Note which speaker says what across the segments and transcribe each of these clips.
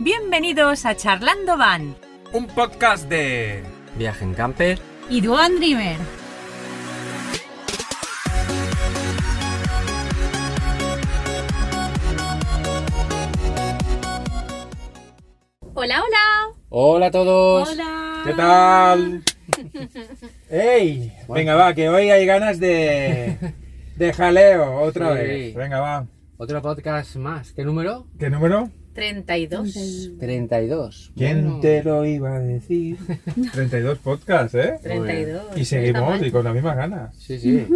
Speaker 1: Bienvenidos a Charlando Van
Speaker 2: Un podcast de...
Speaker 3: Viaje en camper.
Speaker 1: y Duan Dreamer.
Speaker 4: Hola, hola.
Speaker 3: Hola a todos.
Speaker 4: Hola.
Speaker 2: ¿Qué tal? ¡Ey! Venga, va, que hoy hay ganas de... De jaleo, otra
Speaker 3: Sí.
Speaker 2: vez. Venga, va.
Speaker 3: Otro podcast más. ¿Qué número?
Speaker 2: ¿Qué número?
Speaker 4: 32.
Speaker 3: 32.
Speaker 2: ¿Quién
Speaker 3: Bueno,
Speaker 2: te lo iba a decir? 32 podcasts, ¿eh?
Speaker 4: 32.
Speaker 2: Y
Speaker 4: No
Speaker 2: seguimos
Speaker 4: está
Speaker 2: y
Speaker 4: mal.
Speaker 2: con las mismas ganas.
Speaker 3: Sí, sí.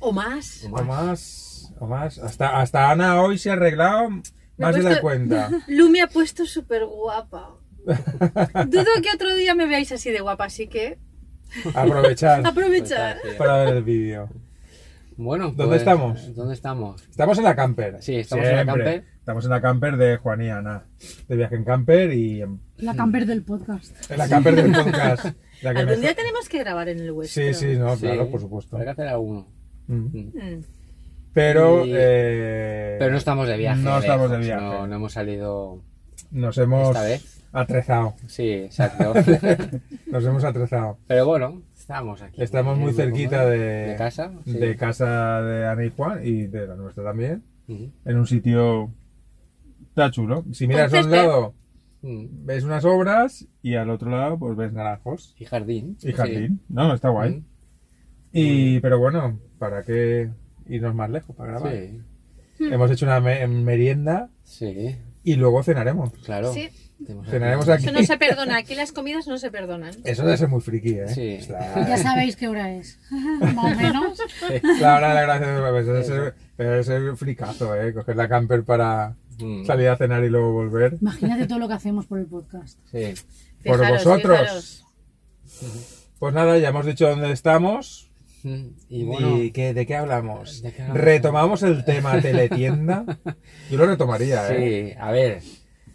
Speaker 4: O más.
Speaker 2: O más, o más. Hasta, hasta Ana hoy se ha arreglado más de la
Speaker 4: puesto-
Speaker 2: cuenta.
Speaker 4: Lu me ha puesto súper guapa. Dudo que otro día me veáis así de guapa, así que
Speaker 2: Aprovechar
Speaker 4: aprovechar.
Speaker 2: para ver el vídeo.
Speaker 3: Bueno,
Speaker 2: ¿Dónde
Speaker 3: pues,
Speaker 2: estamos?
Speaker 3: ¿Dónde estamos?
Speaker 2: Estamos en la camper.
Speaker 3: Sí, estamos en la camper.
Speaker 2: Estamos en la camper de Juan y Ana. De viaje en camper y en,
Speaker 5: La camper del podcast.
Speaker 2: en la camper del podcast. La que me
Speaker 4: Algún día
Speaker 2: está-
Speaker 4: tenemos que grabar en el vuestro.
Speaker 2: pues, Sí, sí, no,
Speaker 3: pues, Sí,
Speaker 2: claro, por supuesto.
Speaker 3: Hay que hacer alguno.
Speaker 2: Mm.
Speaker 4: Mm.
Speaker 2: Pero,
Speaker 3: Y-
Speaker 2: eh,
Speaker 3: Pero no estamos de viaje.
Speaker 2: No estamos de
Speaker 3: lejos,
Speaker 2: viaje.
Speaker 3: No, no hemos salido.
Speaker 2: Nos hemos
Speaker 3: Esta vez.
Speaker 2: atrezado.
Speaker 3: Sí, exacto.
Speaker 2: Nos hemos atrezado.
Speaker 3: Pero bueno, estamos aquí.
Speaker 2: Estamos muy
Speaker 3: ¿Cómo
Speaker 2: cerquita
Speaker 3: es?
Speaker 2: de,
Speaker 3: ¿De casa. Sí.
Speaker 2: de casa de Ana y Juan y de la nuestra también.
Speaker 3: Mm,
Speaker 2: En un sitio. Está chulo. Si miras a un
Speaker 4: césped.
Speaker 2: lado,
Speaker 3: mm.
Speaker 2: ves unas obras y al otro lado, pues ves naranjos
Speaker 3: Y jardín.
Speaker 2: y jardín. No, está guay.
Speaker 3: Mm.
Speaker 2: Y, pero bueno, ¿para qué irnos más lejos para grabar?
Speaker 3: Sí.
Speaker 2: Hemos hecho una me- merienda
Speaker 3: Sí,
Speaker 2: y luego cenaremos.
Speaker 3: claro.
Speaker 4: Sí.
Speaker 3: Tenemos aquí-
Speaker 2: Cenaremos aquí.
Speaker 4: Eso no se perdona. Aquí las comidas no se perdonan.
Speaker 2: Eso debe ser muy friki, ¿eh?
Speaker 3: Sí.
Speaker 2: Es la-
Speaker 5: Ya sabéis qué hora es. Más o menos.
Speaker 2: La hora de la gracia de pues, debe ser- pero debe ser fricazo, ¿eh? Coger la camper para
Speaker 3: Mm.
Speaker 2: salir a cenar y luego volver.
Speaker 5: Imagínate todo lo que hacemos por el podcast.
Speaker 3: Sí.
Speaker 2: Por
Speaker 4: Fijaros,
Speaker 2: vosotros.
Speaker 4: fijaros.
Speaker 2: Pues nada, ya hemos dicho dónde estamos.
Speaker 3: Mm,
Speaker 2: ¿Y,
Speaker 3: Y bueno,
Speaker 2: qué- de qué hablamos?
Speaker 3: ¿De qué hablamos?
Speaker 2: ¿Retomamos el tema teletienda? Yo lo retomaría, ¿eh?
Speaker 3: Sí, a ver,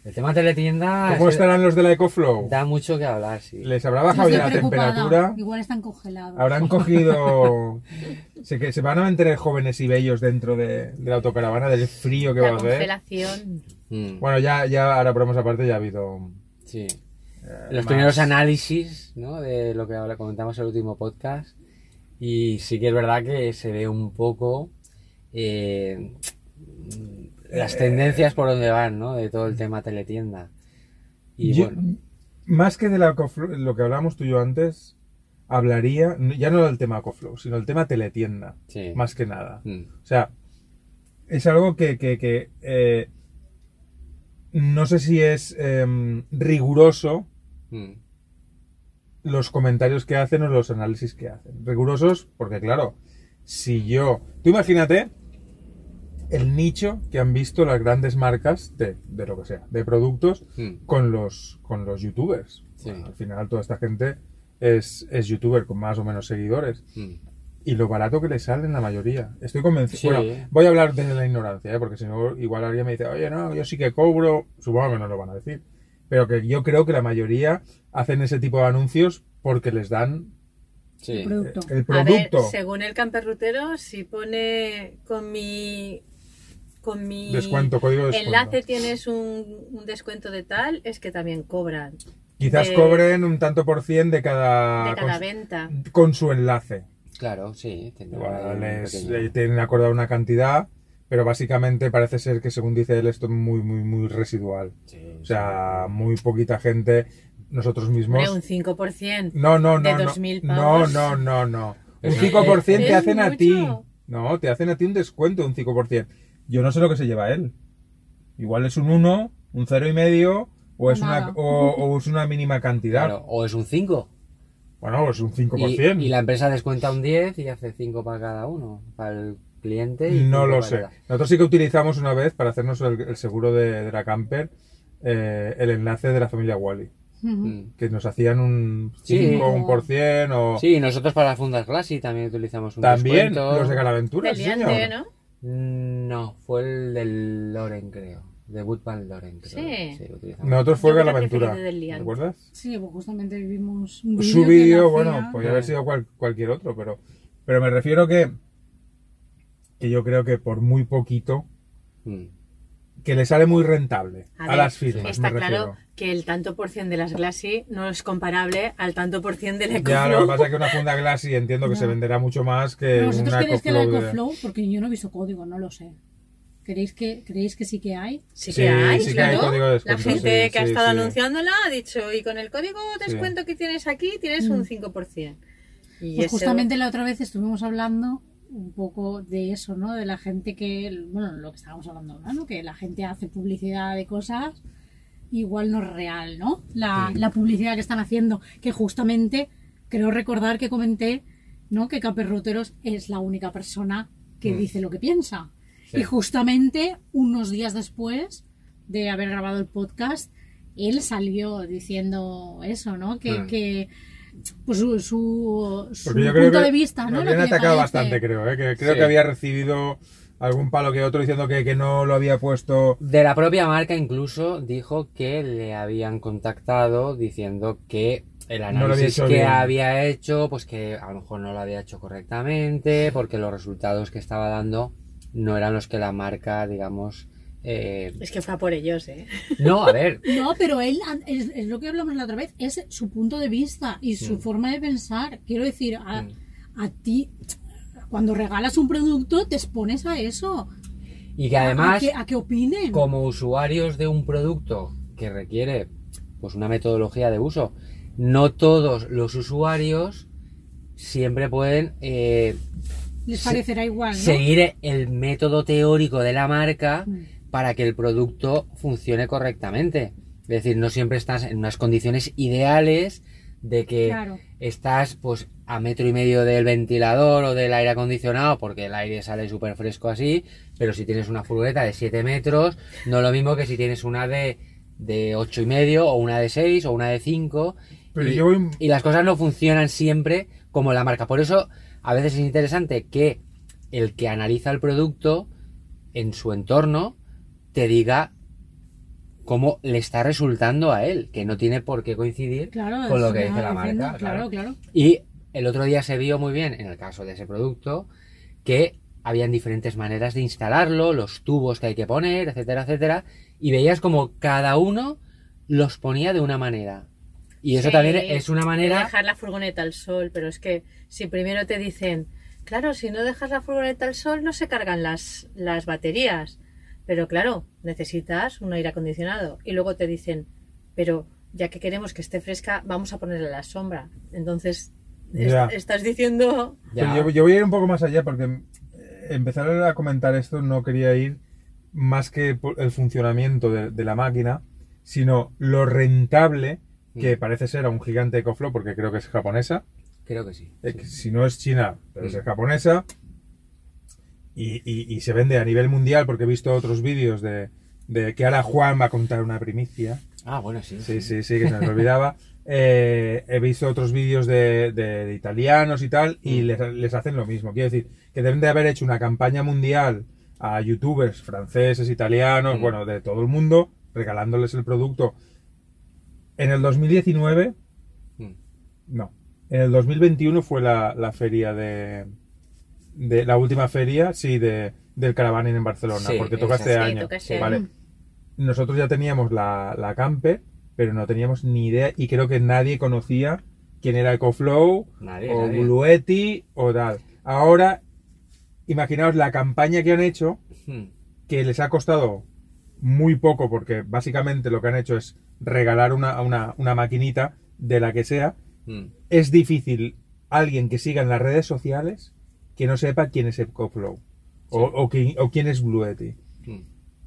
Speaker 3: el tema teletienda
Speaker 2: ¿Cómo
Speaker 3: es que
Speaker 2: estarán los de la EcoFlow?
Speaker 3: da mucho que hablar, sí.
Speaker 2: ¿Les habrá bajado
Speaker 5: Estoy
Speaker 2: ya la
Speaker 5: preocupada.
Speaker 2: temperatura?
Speaker 5: Igual están congelados.
Speaker 2: Habrán cogido. Se, que, se van a mantener jóvenes y bellos dentro de, de la autocaravana, del frío que va
Speaker 4: La
Speaker 2: a hacer.
Speaker 4: congelación.
Speaker 3: Mm,
Speaker 2: Bueno, ya, ya, ahora bromas aparte, ya ha habido.
Speaker 3: sí.
Speaker 2: eh,
Speaker 3: Los
Speaker 2: más.
Speaker 3: primeros análisis, ¿no? De lo que habla- comentamos en el último podcast. Y sí que es verdad que se ve un poco eh, mm, las tendencias por donde van, ¿no? De todo el tema teletienda. Y
Speaker 2: Yo-
Speaker 3: bueno,
Speaker 2: Más que de la Ecoflow- lo que hablábamos tú y yo antes, hablaría, ya no del tema Ecoflow, sino el tema teletienda,
Speaker 3: sí.
Speaker 2: más que nada.
Speaker 3: Mm,
Speaker 2: O sea, es algo que, que- que, eh, no sé si es em, riguroso
Speaker 3: mm,
Speaker 2: los comentarios que hacen o los análisis que hacen. Rigurosos, porque claro, si yo... Tú imagínate el nicho que han visto las grandes marcas de, de lo que sea, de productos,
Speaker 3: mm,
Speaker 2: con los, con los youtubers.
Speaker 3: Sí.
Speaker 2: Bueno, al final toda esta gente es, es youtuber con más o menos seguidores.
Speaker 3: mm.
Speaker 2: Y lo barato que le salen la mayoría. Estoy convencido.
Speaker 3: Sí.
Speaker 2: Bueno, voy a hablar desde la ignorancia, ¿eh? porque si no, igual alguien me dice, oye, no, yo sí que cobro. Supongo que no lo van a decir. Pero que yo creo que la mayoría hacen ese tipo de anuncios porque les dan
Speaker 3: Sí.
Speaker 2: eh,
Speaker 5: Producto.
Speaker 2: el
Speaker 4: A ver,
Speaker 2: producto.
Speaker 4: según el camperrutero, si pone con mi. Con mi
Speaker 2: Descuento, código de descuento.
Speaker 4: enlace tienes un, un descuento de tal, es que también cobran de
Speaker 2: Quizás
Speaker 4: de-
Speaker 2: cobren un tanto por cien de cada,
Speaker 4: cada
Speaker 2: cons-
Speaker 4: venta.
Speaker 2: con su enlace.
Speaker 3: Claro, sí. tendrá
Speaker 2: Igual
Speaker 3: un
Speaker 2: les-
Speaker 3: Ah, pequeño-
Speaker 2: eh, tienen acordado una cantidad, pero básicamente parece ser que, según dice él, esto es muy, muy, muy residual.
Speaker 3: Sí,
Speaker 2: O sea, muy poquita gente, nosotros mismos.
Speaker 4: Hombre, un 5%.
Speaker 2: No, no, no.
Speaker 4: de
Speaker 2: no.
Speaker 4: 2.000
Speaker 2: no,
Speaker 4: pavos.
Speaker 2: no, no, no. Un
Speaker 3: Es-
Speaker 2: 5% te
Speaker 4: es
Speaker 2: hacen a ti.
Speaker 4: mucho.
Speaker 2: No, te hacen a ti un descuento, un 5%. Yo no sé lo que se lleva él. Igual es un 1, un 0,5 o es, una,
Speaker 5: Nada.
Speaker 2: o, o es una mínima cantidad.
Speaker 3: Claro, o es un 5.
Speaker 2: Bueno, es un
Speaker 3: Y,
Speaker 2: 5%.
Speaker 3: y la empresa descuenta un 10 y hace 5 para cada uno, para el cliente. Y
Speaker 2: No
Speaker 3: cinco
Speaker 2: lo
Speaker 3: para
Speaker 2: sé.
Speaker 3: cada-
Speaker 2: Nosotros sí que utilizamos una vez para hacernos el, el seguro de, de la camper eh, el enlace de la familia Wally,
Speaker 5: Ujú.
Speaker 3: Mm.
Speaker 2: que nos hacían un 5,
Speaker 3: Sí.
Speaker 2: un por cien o...
Speaker 3: Sí, y nosotros para Fundas Classic también utilizamos un
Speaker 2: También
Speaker 3: descuento.
Speaker 2: los de Calaventura,
Speaker 4: Del
Speaker 2: sí,
Speaker 4: liante,
Speaker 2: señor.
Speaker 4: ¿no?
Speaker 3: Mm, No, fue el del Loren, creo. De Woodman Loren, creo.
Speaker 4: Sí.
Speaker 3: utilizamos.
Speaker 2: Nosotros fue
Speaker 4: Yo hubiera
Speaker 2: Calaventura,
Speaker 4: preferido del
Speaker 2: ¿te
Speaker 4: liante.
Speaker 2: acuerdas?
Speaker 5: Sí, pues justamente vivimos un
Speaker 2: Su
Speaker 5: que
Speaker 2: vídeo,
Speaker 5: lo
Speaker 2: bueno, pues,
Speaker 5: hacía.
Speaker 2: podría haber sido cual- cualquier otro, pero, pero me refiero que que yo creo que por muy poquito,
Speaker 3: Mm.
Speaker 2: que le sale muy rentable
Speaker 4: A
Speaker 2: a,
Speaker 4: ver,
Speaker 2: las firmas.
Speaker 4: Está
Speaker 2: me
Speaker 4: claro
Speaker 2: refiero.
Speaker 4: que el tanto por cien de las Glassy no es comparable al tanto por cien del Ecoflow.
Speaker 2: Ya, lo que pasa es que una funda Glassy entiendo que se venderá mucho más que
Speaker 5: Pero ¿Vosotros
Speaker 2: una
Speaker 5: queréis que la
Speaker 2: Ecoflow de-
Speaker 5: EcoFlow? Porque yo no he visto código, no lo sé. ¿Queréis que, ¿Creéis que sí que hay?
Speaker 4: Sí,
Speaker 2: Sí,
Speaker 4: que hay,
Speaker 2: sí que hay
Speaker 4: claro.
Speaker 2: código de
Speaker 4: la
Speaker 2: descuento,
Speaker 4: gente
Speaker 2: sí,
Speaker 4: que ha
Speaker 2: sí,
Speaker 4: estado
Speaker 2: sí.
Speaker 4: anunciándola ha dicho, y con el código de
Speaker 2: Sí.
Speaker 4: descuento que tienes aquí tienes un 5%. Y
Speaker 5: Mm. Pues
Speaker 4: ese-
Speaker 5: justamente la otra vez estuvimos hablando un poco de eso, ¿no? De la gente que, bueno, lo que estábamos hablando ahora, ¿no? Que la gente hace publicidad de cosas, igual no es real, ¿no? La, la publicidad que están haciendo, que justamente creo recordar que comenté, ¿no? Que Caperroteros es la única persona que dice lo que piensa.
Speaker 3: Sí.
Speaker 5: Y justamente unos días después de haber grabado el podcast, él salió diciendo eso, ¿no? Que,
Speaker 2: Mm.
Speaker 5: que pues su, su, su
Speaker 2: Porque yo creo
Speaker 5: punto
Speaker 2: que
Speaker 5: de vista, ¿no?
Speaker 2: Nos
Speaker 5: Lo que
Speaker 2: habían
Speaker 5: le
Speaker 2: atacado
Speaker 5: parece.
Speaker 2: bastante, creo. ¿eh? Que creo
Speaker 3: Sí.
Speaker 2: que había recibido algún palo que otro diciendo que, que no lo había puesto.
Speaker 3: De la propia marca incluso dijo que le habían contactado diciendo que el
Speaker 2: lo había
Speaker 3: análisis
Speaker 2: hecho
Speaker 3: que
Speaker 2: bien.
Speaker 3: había hecho, pues que a lo mejor no lo había hecho correctamente, porque los resultados que estaba dando no eran los que la marca, digamos... eh,
Speaker 4: Es que fue a por ellos, ¿eh?
Speaker 3: No, a ver,
Speaker 5: No, pero él, es, es lo que hablamos la otra vez, es su punto de vista y
Speaker 2: Mm.
Speaker 5: su forma de pensar. Quiero decir, a, a ti, cuando regalas un producto, te expones a eso.
Speaker 3: y que
Speaker 5: a,
Speaker 3: además...
Speaker 5: que, a que opinen.
Speaker 3: como usuarios de un producto que requiere pues una metodología de uso, no todos los usuarios siempre pueden eh,
Speaker 5: Les
Speaker 3: se-
Speaker 5: parecerá igual, ¿no?
Speaker 3: seguir el método teórico de la marca
Speaker 5: Mm.
Speaker 3: para que el producto funcione correctamente. Es decir, no siempre estás en unas condiciones ideales de que
Speaker 5: Claro.
Speaker 3: estás pues a metro y medio del ventilador o del aire acondicionado porque el aire sale súper fresco así, pero si tienes una furgoneta de 7 metros, no es lo mismo que si tienes una de, de 8 y medio o una de 6 o una de 5
Speaker 2: Pero
Speaker 3: y,
Speaker 2: yo voy-
Speaker 3: y las cosas no funcionan siempre como la marca. Por eso a veces es interesante que el que analiza el producto en su entorno te diga cómo le está resultando a él, que no tiene por qué coincidir
Speaker 5: Claro,
Speaker 3: con
Speaker 5: eso
Speaker 3: lo que
Speaker 5: me
Speaker 3: dice
Speaker 5: estaba
Speaker 3: la
Speaker 5: diciendo,
Speaker 3: marca.
Speaker 5: Claro, claro.
Speaker 3: Y el otro día se vio muy bien, en el caso de ese producto, que habían diferentes maneras de instalarlo, los tubos que hay que poner, etcétera, etcétera, y veías como cada uno los ponía de una manera. Y eso
Speaker 4: Sí,
Speaker 3: también es una
Speaker 4: de
Speaker 3: manera...
Speaker 4: Dejar la furgoneta al sol, pero es que si primero te dicen, claro, si no dejas la furgoneta al sol no se cargan las, las baterías. Pero claro, necesitas un aire acondicionado. Y luego te dicen, pero ya que queremos que esté fresca, vamos a ponerle la sombra. Entonces, es-
Speaker 2: Ya.
Speaker 4: estás diciendo
Speaker 3: Ya.
Speaker 2: Pero yo, yo voy a ir un poco más allá porque eh, empezar a comentar esto no quería ir más que por el funcionamiento de, de la máquina, sino lo rentable que
Speaker 3: Mm.
Speaker 2: parece ser a un gigante Ecoflow, porque creo que es japonesa,
Speaker 3: Creo que sí.
Speaker 2: eh,
Speaker 3: sí.
Speaker 2: que si no es china, pero
Speaker 3: Mm.
Speaker 2: es japonesa, y, y- y se vende a nivel mundial porque he visto otros vídeos de, de que ahora Juan va a contar una primicia.
Speaker 3: Ah, bueno, sí.
Speaker 2: Sí, sí, sí, que se me olvidaba. Eh, he visto otros vídeos de, de- de italianos y tal, y les, les hacen lo mismo. Quiero decir, que deben de haber hecho una campaña mundial a youtubers franceses, italianos,
Speaker 3: Mm.
Speaker 2: bueno, de todo el mundo, regalándoles el producto. En el 2019,
Speaker 3: Mm.
Speaker 2: no, en el 2021 fue la, la feria de, de- La última feria, sí, de, del Caravaning en Barcelona,
Speaker 3: Sí,
Speaker 2: porque toca este
Speaker 3: exacto.
Speaker 4: Sí,
Speaker 2: año.
Speaker 4: toca este
Speaker 2: vale.
Speaker 4: año.
Speaker 2: Nosotros ya teníamos la, la camper, pero no teníamos ni idea, y creo que nadie conocía quién era EcoFlow,
Speaker 3: Nadie,
Speaker 2: o
Speaker 3: nadie.
Speaker 2: Bluetti, o tal. Ahora, imaginaos la campaña que han hecho,
Speaker 3: Mm.
Speaker 2: que les ha costado muy poco, porque básicamente lo que han hecho es regalar una, una, una maquinita de la que sea.
Speaker 3: Mm.
Speaker 2: Es difícil alguien que siga en las redes sociales que no sepa quién es EcoFlow, o, o quién, o quién es Bluetti
Speaker 3: Mm.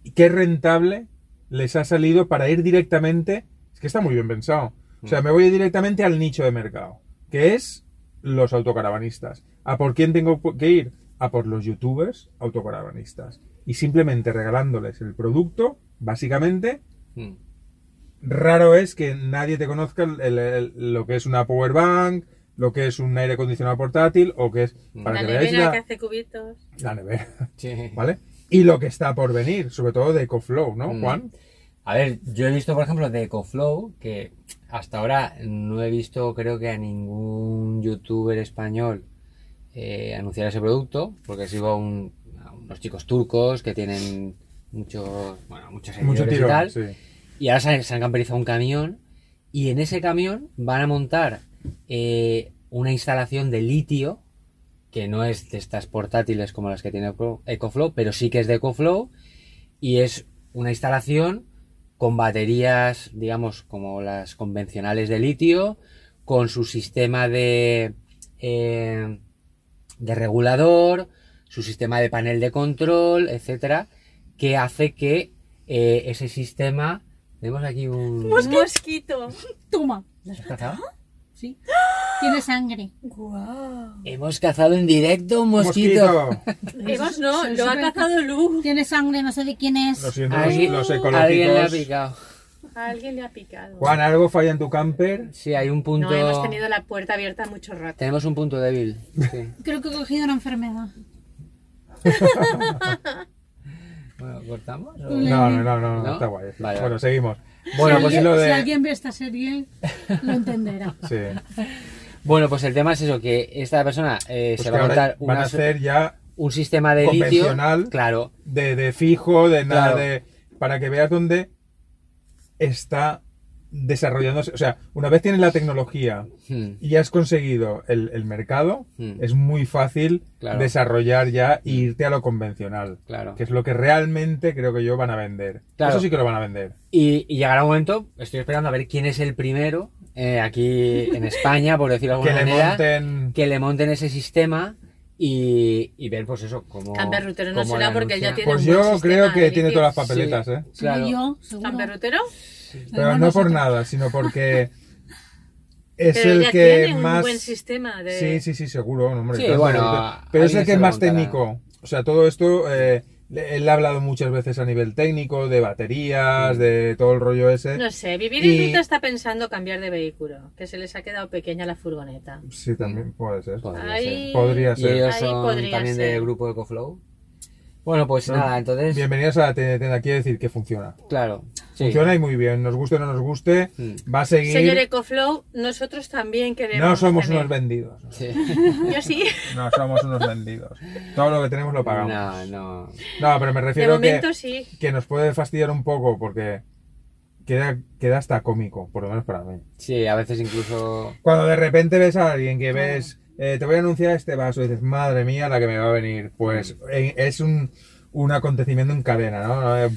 Speaker 2: y qué rentable les ha salido para ir directamente. Es que está muy bien pensado. O sea, me voy directamente al nicho de mercado, que es los autocaravanistas. ¿A por quién tengo que ir? A por los youtubers autocaravanistas. Y simplemente regalándoles el producto, básicamente,
Speaker 3: Mm.
Speaker 2: raro es que nadie te conozca el- el- el- lo que es una power bank, lo que es un aire acondicionado portátil o que es para
Speaker 4: la
Speaker 2: que veáis
Speaker 4: Mm. nevera
Speaker 2: la,
Speaker 4: que hace cubitos.
Speaker 2: la nevera,
Speaker 3: Sí.
Speaker 2: ¿vale? Y lo que está por venir, sobre todo de EcoFlow, ¿no,
Speaker 3: Mm.
Speaker 2: Juan?
Speaker 3: A ver, yo he visto, por ejemplo, de EcoFlow, que hasta ahora no he visto, creo que a ningún youtuber español eh, anunciar ese producto, porque sigo a un, a los chicos turcos que tienen muchos, bueno, muchos seguidores
Speaker 2: Mucho
Speaker 3: y
Speaker 2: tiro.
Speaker 3: tal.
Speaker 2: sí.
Speaker 3: Y ahora se han, se han camperizado un camión y en ese camión van a montar eh, una instalación de litio que no es de estas portátiles como las que tiene Eco- EcoFlow, pero sí que es de EcoFlow y es una instalación con baterías, digamos, como las convencionales de litio, con su sistema de, eh, de regulador, su sistema de panel de control, etcétera, que hace que eh, ese sistema. Tenemos aquí un.
Speaker 4: Un mosquito.
Speaker 5: Toma.
Speaker 3: ¿Has cazado?
Speaker 5: Sí. Tiene sangre.
Speaker 4: Guau.
Speaker 3: Hemos cazado en directo un mosquito.
Speaker 2: Mosquito.
Speaker 4: Hemos no,
Speaker 5: Soy
Speaker 4: lo ha
Speaker 5: súper-
Speaker 4: cazado Lu.
Speaker 5: Tiene sangre, no sé de quién es.
Speaker 2: Lo siento, los,
Speaker 3: Alguien-
Speaker 2: los
Speaker 3: Alguien le ha
Speaker 2: ecológicos.
Speaker 3: picado.
Speaker 4: A alguien le ha picado.
Speaker 2: Juan, algo falla en tu camper.
Speaker 3: Sí, hay un punto.
Speaker 4: No, hemos tenido la puerta abierta mucho rato.
Speaker 3: Tenemos un punto débil. sí.
Speaker 5: Creo que he cogido una enfermedad.
Speaker 3: bueno, ¿cortamos? o-
Speaker 2: No, no, no, no,
Speaker 3: ¿No?
Speaker 2: está guay. está-
Speaker 3: Vale,
Speaker 2: Bueno,
Speaker 3: vale.
Speaker 2: seguimos.
Speaker 3: Bueno,
Speaker 5: si,
Speaker 3: pues
Speaker 5: alguien,
Speaker 2: lo
Speaker 5: si
Speaker 2: de-
Speaker 5: alguien ve esta serie, lo entenderá.
Speaker 2: Sí.
Speaker 3: Bueno, pues el tema es eso, que esta persona eh,
Speaker 2: Pues
Speaker 3: se
Speaker 2: que
Speaker 3: va a
Speaker 2: ahora
Speaker 3: montar
Speaker 2: van
Speaker 3: una-
Speaker 2: a hacer ya
Speaker 3: un sistema de litio.
Speaker 2: Convencional.
Speaker 3: Claro,
Speaker 2: de, de fijo, de nada
Speaker 3: Claro.
Speaker 2: de. Para que veas dónde está desarrollándose. O sea, una vez tienes la tecnología
Speaker 3: Hmm.
Speaker 2: y has conseguido el, el mercado,
Speaker 3: Hmm.
Speaker 2: es muy fácil
Speaker 3: Claro. Hmm.
Speaker 2: desarrollar ya e irte a lo convencional.
Speaker 3: Claro.
Speaker 2: Que es lo que realmente creo que yo van a vender.
Speaker 3: Claro.
Speaker 2: Eso sí que lo van a vender.
Speaker 3: Y, y llegará un momento, estoy esperando a ver quién es el primero eh, aquí en España, por decirlo de
Speaker 2: Que
Speaker 3: alguna
Speaker 2: le
Speaker 3: manera,
Speaker 2: monten.
Speaker 3: que le monten ese sistema y, y ver, pues eso, cómo.
Speaker 4: Camper Rutero no
Speaker 3: cómo
Speaker 4: será
Speaker 3: la
Speaker 4: porque él ya
Speaker 3: anuncia.
Speaker 4: tiene
Speaker 2: Pues
Speaker 4: un buen
Speaker 2: yo
Speaker 4: sistema
Speaker 2: creo
Speaker 4: de
Speaker 2: que tiene
Speaker 4: litio.
Speaker 2: todas las papeletas, ¿eh?
Speaker 3: Sí,
Speaker 5: Claro.
Speaker 3: claro.
Speaker 5: yo, seguro.
Speaker 4: ¿Camperrutero?
Speaker 2: Pero no
Speaker 5: Además,
Speaker 2: por
Speaker 5: nosotros-
Speaker 2: nada, sino porque es
Speaker 4: Pero
Speaker 2: el
Speaker 4: ya
Speaker 2: que
Speaker 4: tiene un
Speaker 2: más.
Speaker 4: buen sistema de...
Speaker 2: Sí, sí, sí, seguro. no, hombre,
Speaker 3: Sí,
Speaker 2: claro,
Speaker 3: bueno,
Speaker 2: seguro. Pero es
Speaker 3: alguien
Speaker 2: el que
Speaker 3: se
Speaker 2: es
Speaker 3: lo
Speaker 2: más
Speaker 3: montará.
Speaker 2: técnico. O sea, todo esto, eh, le- él ha hablado muchas veces a nivel técnico, de
Speaker 3: Mm.
Speaker 2: baterías, de todo el rollo ese.
Speaker 4: No sé, Vivir
Speaker 2: Y-
Speaker 4: y... está pensando cambiar de vehículo, que se les ha quedado pequeña la furgoneta.
Speaker 2: Sí, también puede ser.
Speaker 3: Podría
Speaker 4: Ahí...
Speaker 2: Podría
Speaker 3: ser. Y
Speaker 2: ser.
Speaker 3: ellos
Speaker 4: Ahí
Speaker 3: son
Speaker 4: podría
Speaker 3: también
Speaker 4: ser.
Speaker 3: del grupo EcoFlow. Bueno, pues
Speaker 2: Bueno,
Speaker 3: nada, entonces.
Speaker 2: Bienvenidos a la tienda, quiere decir que funciona.
Speaker 3: Claro. sí.
Speaker 2: Funciona y muy bien, nos guste o no nos guste,
Speaker 3: Mm.
Speaker 2: va a seguir.
Speaker 4: Señor Ecoflow, nosotros también queremos...
Speaker 2: no somos
Speaker 4: tener-
Speaker 2: unos vendidos.
Speaker 3: Sí.
Speaker 4: Yo sí.
Speaker 2: No somos unos vendidos. Todo lo que tenemos lo pagamos. No,
Speaker 3: No, no.
Speaker 2: pero me
Speaker 4: De
Speaker 2: refiero
Speaker 4: momento
Speaker 2: que,
Speaker 4: sí.
Speaker 2: que nos puede fastidiar un poco porque queda, queda hasta cómico, por lo menos para mí.
Speaker 3: Sí, a veces incluso.
Speaker 2: Cuando de repente ves a alguien que ves, eh, te voy a anunciar este vaso, y dices, madre mía, la que me va a venir.
Speaker 3: Mm.
Speaker 2: Pues eh, es un, un acontecimiento en cadena, ¿no? Eh,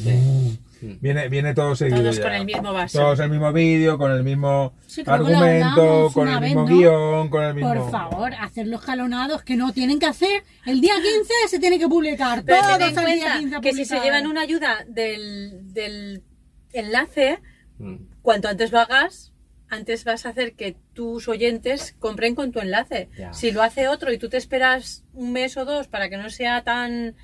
Speaker 3: Sí.
Speaker 2: Viene, viene todo seguido.
Speaker 4: Todos
Speaker 2: ya.
Speaker 4: con el mismo vaso.
Speaker 2: Todos el mismo vídeo, con el mismo
Speaker 5: Sí, creo que lo
Speaker 2: argumento,
Speaker 5: hablamos
Speaker 2: con
Speaker 5: una
Speaker 2: el
Speaker 5: vez,
Speaker 2: mismo
Speaker 5: ¿no?
Speaker 2: guión, con el mismo.
Speaker 5: Por favor, hacer los calonados que no tienen que hacer. El día 15 se tiene que publicar.
Speaker 4: Pero
Speaker 5: Todos
Speaker 4: ten
Speaker 5: el
Speaker 4: en
Speaker 5: día 15
Speaker 4: cuenta que si se
Speaker 5: publicado.
Speaker 4: llevan una ayuda del, del enlace,
Speaker 3: Mm.
Speaker 4: cuanto antes lo hagas, antes vas a hacer que tus oyentes compren con tu enlace.
Speaker 3: Ya.
Speaker 4: Si lo hace otro y tú te esperas un mes o dos para que no sea tan...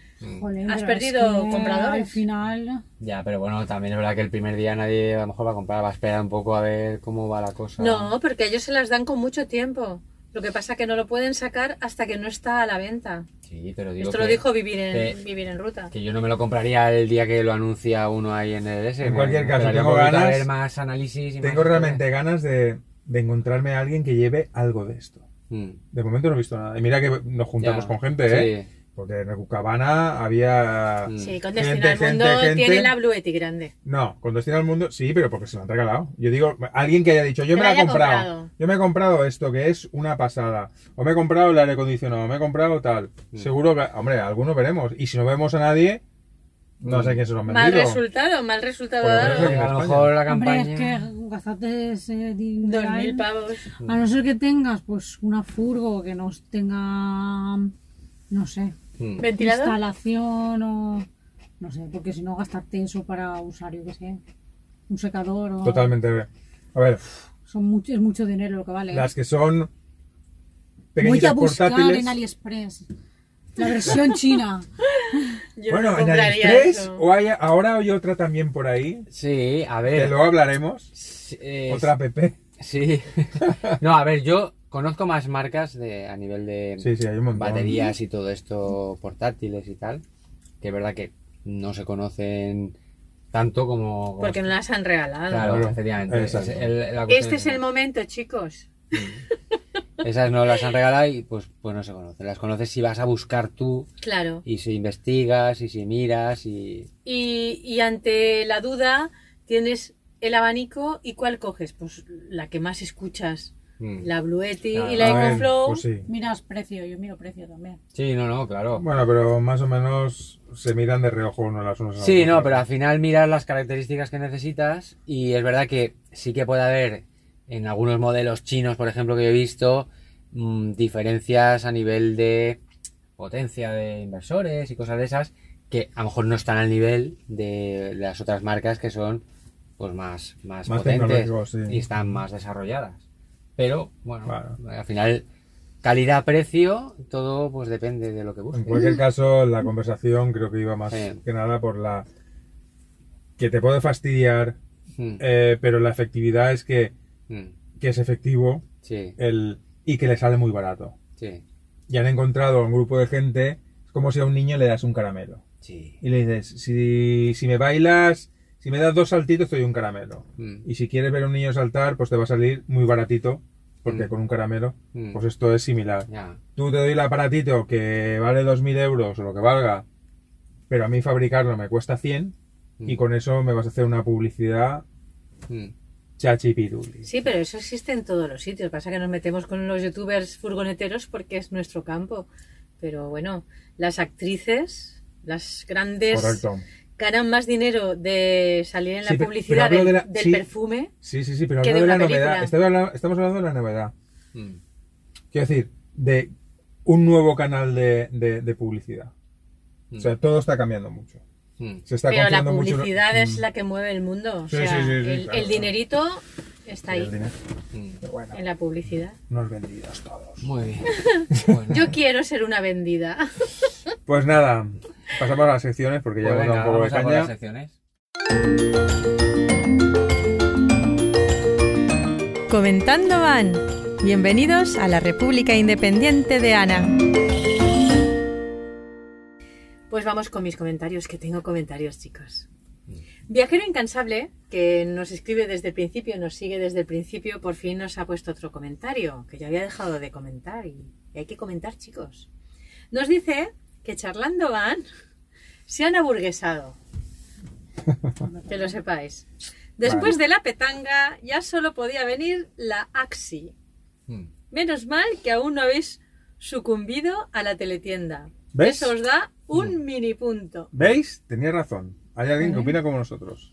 Speaker 5: Jolín,
Speaker 4: has
Speaker 5: pero es
Speaker 4: perdido
Speaker 5: que
Speaker 4: compradores.
Speaker 5: Al final.
Speaker 3: mm. Ya, pero bueno, también es verdad que el primer día nadie a lo mejor va a comprar, va a esperar un poco a ver cómo va la cosa.
Speaker 4: No, porque ellos se las dan con mucho tiempo. Lo que pasa que no lo pueden sacar hasta que no está a la venta.
Speaker 3: Sí, pero digo
Speaker 4: Esto
Speaker 3: que,
Speaker 4: lo dijo Vivir en,
Speaker 3: que-
Speaker 4: vivir en Ruta.
Speaker 3: que yo no me lo compraría el día que lo anuncia uno ahí en el S.
Speaker 2: En
Speaker 3: me-
Speaker 2: cualquier
Speaker 3: me
Speaker 2: caso,
Speaker 3: esperaría
Speaker 2: tengo
Speaker 3: un poquito a
Speaker 2: ganas-
Speaker 3: ver más análisis y
Speaker 2: Tengo
Speaker 3: más-
Speaker 2: realmente ganas de, de encontrarme a alguien que lleve algo de esto.
Speaker 3: Mm.
Speaker 2: De momento no he visto nada. Y mira que nos juntamos
Speaker 3: Ya.
Speaker 2: con gente, ¿eh?
Speaker 3: Sí.
Speaker 2: Porque en Cucabana había.
Speaker 3: Mm.
Speaker 4: Sí, con
Speaker 2: Gente,
Speaker 4: Destino al
Speaker 2: gente,
Speaker 4: Mundo
Speaker 2: gente.
Speaker 4: tiene la Bluetti grande.
Speaker 2: No, con destino al mundo, sí, pero porque se lo han regalado. Yo digo, alguien que haya dicho, yo
Speaker 4: Que
Speaker 2: me la he
Speaker 4: lo haya
Speaker 2: comprado.
Speaker 4: comprado.
Speaker 2: Yo me he comprado esto, que es una pasada. O me he comprado el aire acondicionado, o me he comprado tal.
Speaker 3: Mm.
Speaker 2: Seguro que, hombre, algunos veremos. Y si no vemos a nadie, no
Speaker 3: Mm.
Speaker 2: sé quién se lo han
Speaker 4: Mal
Speaker 2: vendido.
Speaker 4: resultado, mal resultado
Speaker 2: Por lo menos
Speaker 4: dado.
Speaker 2: aquí en
Speaker 3: A lo
Speaker 2: España.
Speaker 3: mejor la
Speaker 5: Hombre,
Speaker 3: campaña.
Speaker 5: es que gastaste ese
Speaker 4: Dos
Speaker 5: dinero. ahí.
Speaker 4: mil pavos.
Speaker 5: A no ser que tengas pues una furgo que nos tenga. No sé.
Speaker 3: Mm.
Speaker 4: Ventilador.
Speaker 5: instalación o no sé, porque si no gastarte eso para usar, yo qué sé, un secador o
Speaker 2: Totalmente. A ver,
Speaker 5: son mucho, es mucho dinero lo que vale. ¿eh?
Speaker 2: las que son
Speaker 5: Voy
Speaker 2: pequeñitas
Speaker 5: a buscar
Speaker 2: portátiles.
Speaker 5: en AliExpress la versión china.
Speaker 4: Yo
Speaker 2: bueno,
Speaker 4: no
Speaker 2: en
Speaker 4: compraría
Speaker 2: AliExpress,
Speaker 4: eso.
Speaker 2: o hay, ahora hay otra también por ahí,
Speaker 3: Sí, a
Speaker 2: que
Speaker 3: ver.
Speaker 2: luego hablaremos.
Speaker 3: sí, eh,
Speaker 2: Otra app.
Speaker 3: Sí. no, a ver, yo conozco más marcas de, a nivel de
Speaker 2: Sí, sí, hay un montón.
Speaker 3: baterías y todo esto portátiles y tal, que es verdad que no se conocen tanto como... como-
Speaker 4: Porque no Este las han regalado.
Speaker 3: Claro,
Speaker 2: Claro, pues
Speaker 3: efectivamente.
Speaker 2: exacto.
Speaker 3: Es el- la cuestión-
Speaker 4: Este es el momento, chicos.
Speaker 3: Esas no las han regalado y pues, pues no se conocen. Las conoces si vas a buscar tú
Speaker 4: Claro.
Speaker 3: y si investigas y si miras y...
Speaker 4: Y, y ante la duda tienes el abanico y cuál coges. Pues la que más escuchas.
Speaker 3: Mm.
Speaker 4: La Bluetti y
Speaker 3: Claro.
Speaker 4: la
Speaker 2: A ver,
Speaker 4: Ecoflow.
Speaker 2: pues sí.
Speaker 5: Miras precio, yo miro precio también.
Speaker 3: Sí, no, no, claro.
Speaker 2: Bueno, pero más o menos se miran de reojo uno las unas a las
Speaker 3: Sí,
Speaker 2: otras.
Speaker 3: no, pero al final miras las características que necesitas y es verdad que sí que puede haber en algunos modelos chinos, por ejemplo, que yo he visto, mm, diferencias a nivel de potencia de inversores y cosas de esas que a lo mejor no están al nivel de las otras marcas que son pues más, más,
Speaker 2: Más
Speaker 3: potentes
Speaker 2: tecnológicos, sí.
Speaker 3: y están más desarrolladas. Pero bueno,
Speaker 2: Claro.
Speaker 3: al final calidad-precio, todo pues depende de lo que
Speaker 2: En
Speaker 3: busques.
Speaker 2: cualquier caso, la conversación creo que iba más
Speaker 3: Sí.
Speaker 2: que nada por la que te puede fastidiar,
Speaker 3: Mm,
Speaker 2: eh, pero la efectividad es que,
Speaker 3: mm,
Speaker 2: que es efectivo
Speaker 3: Sí,
Speaker 2: el, y que le sale muy barato.
Speaker 3: sí,
Speaker 2: Y han encontrado un grupo de gente, es como si a un niño le das un caramelo.
Speaker 3: sí.
Speaker 2: Y le dices, si, si me bailas, si me das dos saltitos, te doy un caramelo.
Speaker 3: Mm.
Speaker 2: Y si quieres ver a un niño saltar, pues te va a salir muy baratito, porque
Speaker 3: Mm.
Speaker 2: con un caramelo,
Speaker 3: Mm.
Speaker 2: pues esto es similar.
Speaker 3: Ya,
Speaker 2: Tú te doy el aparatito que vale 2.000 euros o lo que valga, pero a mí fabricarlo me cuesta 100 y
Speaker 3: Mm.
Speaker 2: con eso me vas a hacer una publicidad
Speaker 3: mm,
Speaker 2: chachipiruli.
Speaker 4: Sí, pero eso existe en todos los sitios. Pasa que nos metemos con los youtubers furgoneteros porque es nuestro campo. Pero bueno, las actrices, las grandes,
Speaker 2: Correcto.
Speaker 4: ganan más dinero de salir en la
Speaker 2: Sí, pe-
Speaker 4: publicidad
Speaker 2: pero hablo
Speaker 4: del,
Speaker 2: de la-
Speaker 4: del
Speaker 2: sí.
Speaker 4: perfume.
Speaker 2: Sí, sí, sí, pero
Speaker 4: Que
Speaker 2: hablo
Speaker 4: de
Speaker 2: de la
Speaker 4: una película.
Speaker 2: novedad. Estaba habla- Estamos hablando de la novedad.
Speaker 3: mm.
Speaker 2: Quiero decir, de un nuevo canal de, de- de publicidad. O sea, todo está cambiando mucho.
Speaker 3: Mm.
Speaker 2: Se está
Speaker 4: Pero la
Speaker 2: confiando mucho-
Speaker 4: publicidad es
Speaker 2: Mm.
Speaker 4: la que mueve el mundo. O
Speaker 2: Sí,
Speaker 4: sea,
Speaker 2: sí, sí, sí,
Speaker 4: el,
Speaker 2: claro, claro.
Speaker 4: el dinerito está
Speaker 2: El
Speaker 4: ahí,
Speaker 2: dinero.
Speaker 3: Mm.
Speaker 2: Pero bueno,
Speaker 4: en la publicidad.
Speaker 2: nos vendidos todos.
Speaker 3: Muy bien. Bueno,
Speaker 4: Yo quiero ser una vendida.
Speaker 2: Pues nada, pasamos a las secciones porque ya
Speaker 3: pues
Speaker 2: hemos
Speaker 3: venga,
Speaker 2: dado un poco de
Speaker 3: vamos a por las
Speaker 2: caña.
Speaker 3: secciones.
Speaker 6: Comentando van. Bienvenidos a la República Independiente de Ana.
Speaker 4: Pues vamos con mis comentarios, que tengo comentarios, chicos. Viajero Incansable, que nos escribe desde el principio, nos sigue desde el principio, por fin nos ha puesto otro comentario, que yo había dejado de comentar y, y hay que comentar, chicos. Nos dice que charlando van, se han aburguesado. Que lo sepáis. Después de la petanga ya solo podía venir la Axi.
Speaker 3: Mm.
Speaker 4: Menos mal que aún no habéis sucumbido a la teletienda.
Speaker 2: ¿Ves? Mm.
Speaker 4: Eso os da un mini punto.
Speaker 2: ¿Veis? Tenía razón. Hay alguien que opina como nosotros.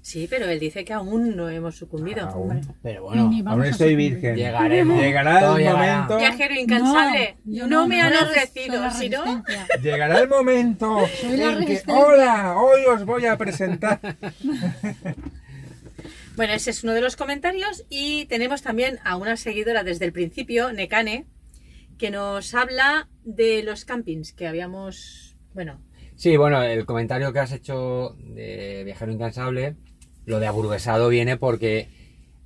Speaker 4: Sí, pero él dice que aún no hemos sucumbido.
Speaker 2: Aún,
Speaker 3: Pero bueno,
Speaker 5: Ni
Speaker 2: aún
Speaker 5: vamos a
Speaker 2: estoy
Speaker 5: sucumbir.
Speaker 2: virgen.
Speaker 3: Llegaremos.
Speaker 2: Llegará
Speaker 3: Todo
Speaker 2: el
Speaker 3: llegará.
Speaker 2: momento.
Speaker 4: Viajero incansable,
Speaker 5: yo
Speaker 4: no, me han
Speaker 5: yo soy
Speaker 4: ofrecido,
Speaker 5: la
Speaker 4: si no,
Speaker 5: resistencia.
Speaker 2: Llegará el momento
Speaker 5: Soy la
Speaker 2: en que,
Speaker 5: resistencia.
Speaker 2: hola, hoy os voy a presentar. Pues,
Speaker 4: Bueno, ese es uno de los comentarios y tenemos también a una seguidora desde el principio, Nekane, que nos habla de los campings que habíamos, bueno,
Speaker 3: Sí, bueno, el comentario que has hecho de Viajero Incansable, lo de aburguesado viene porque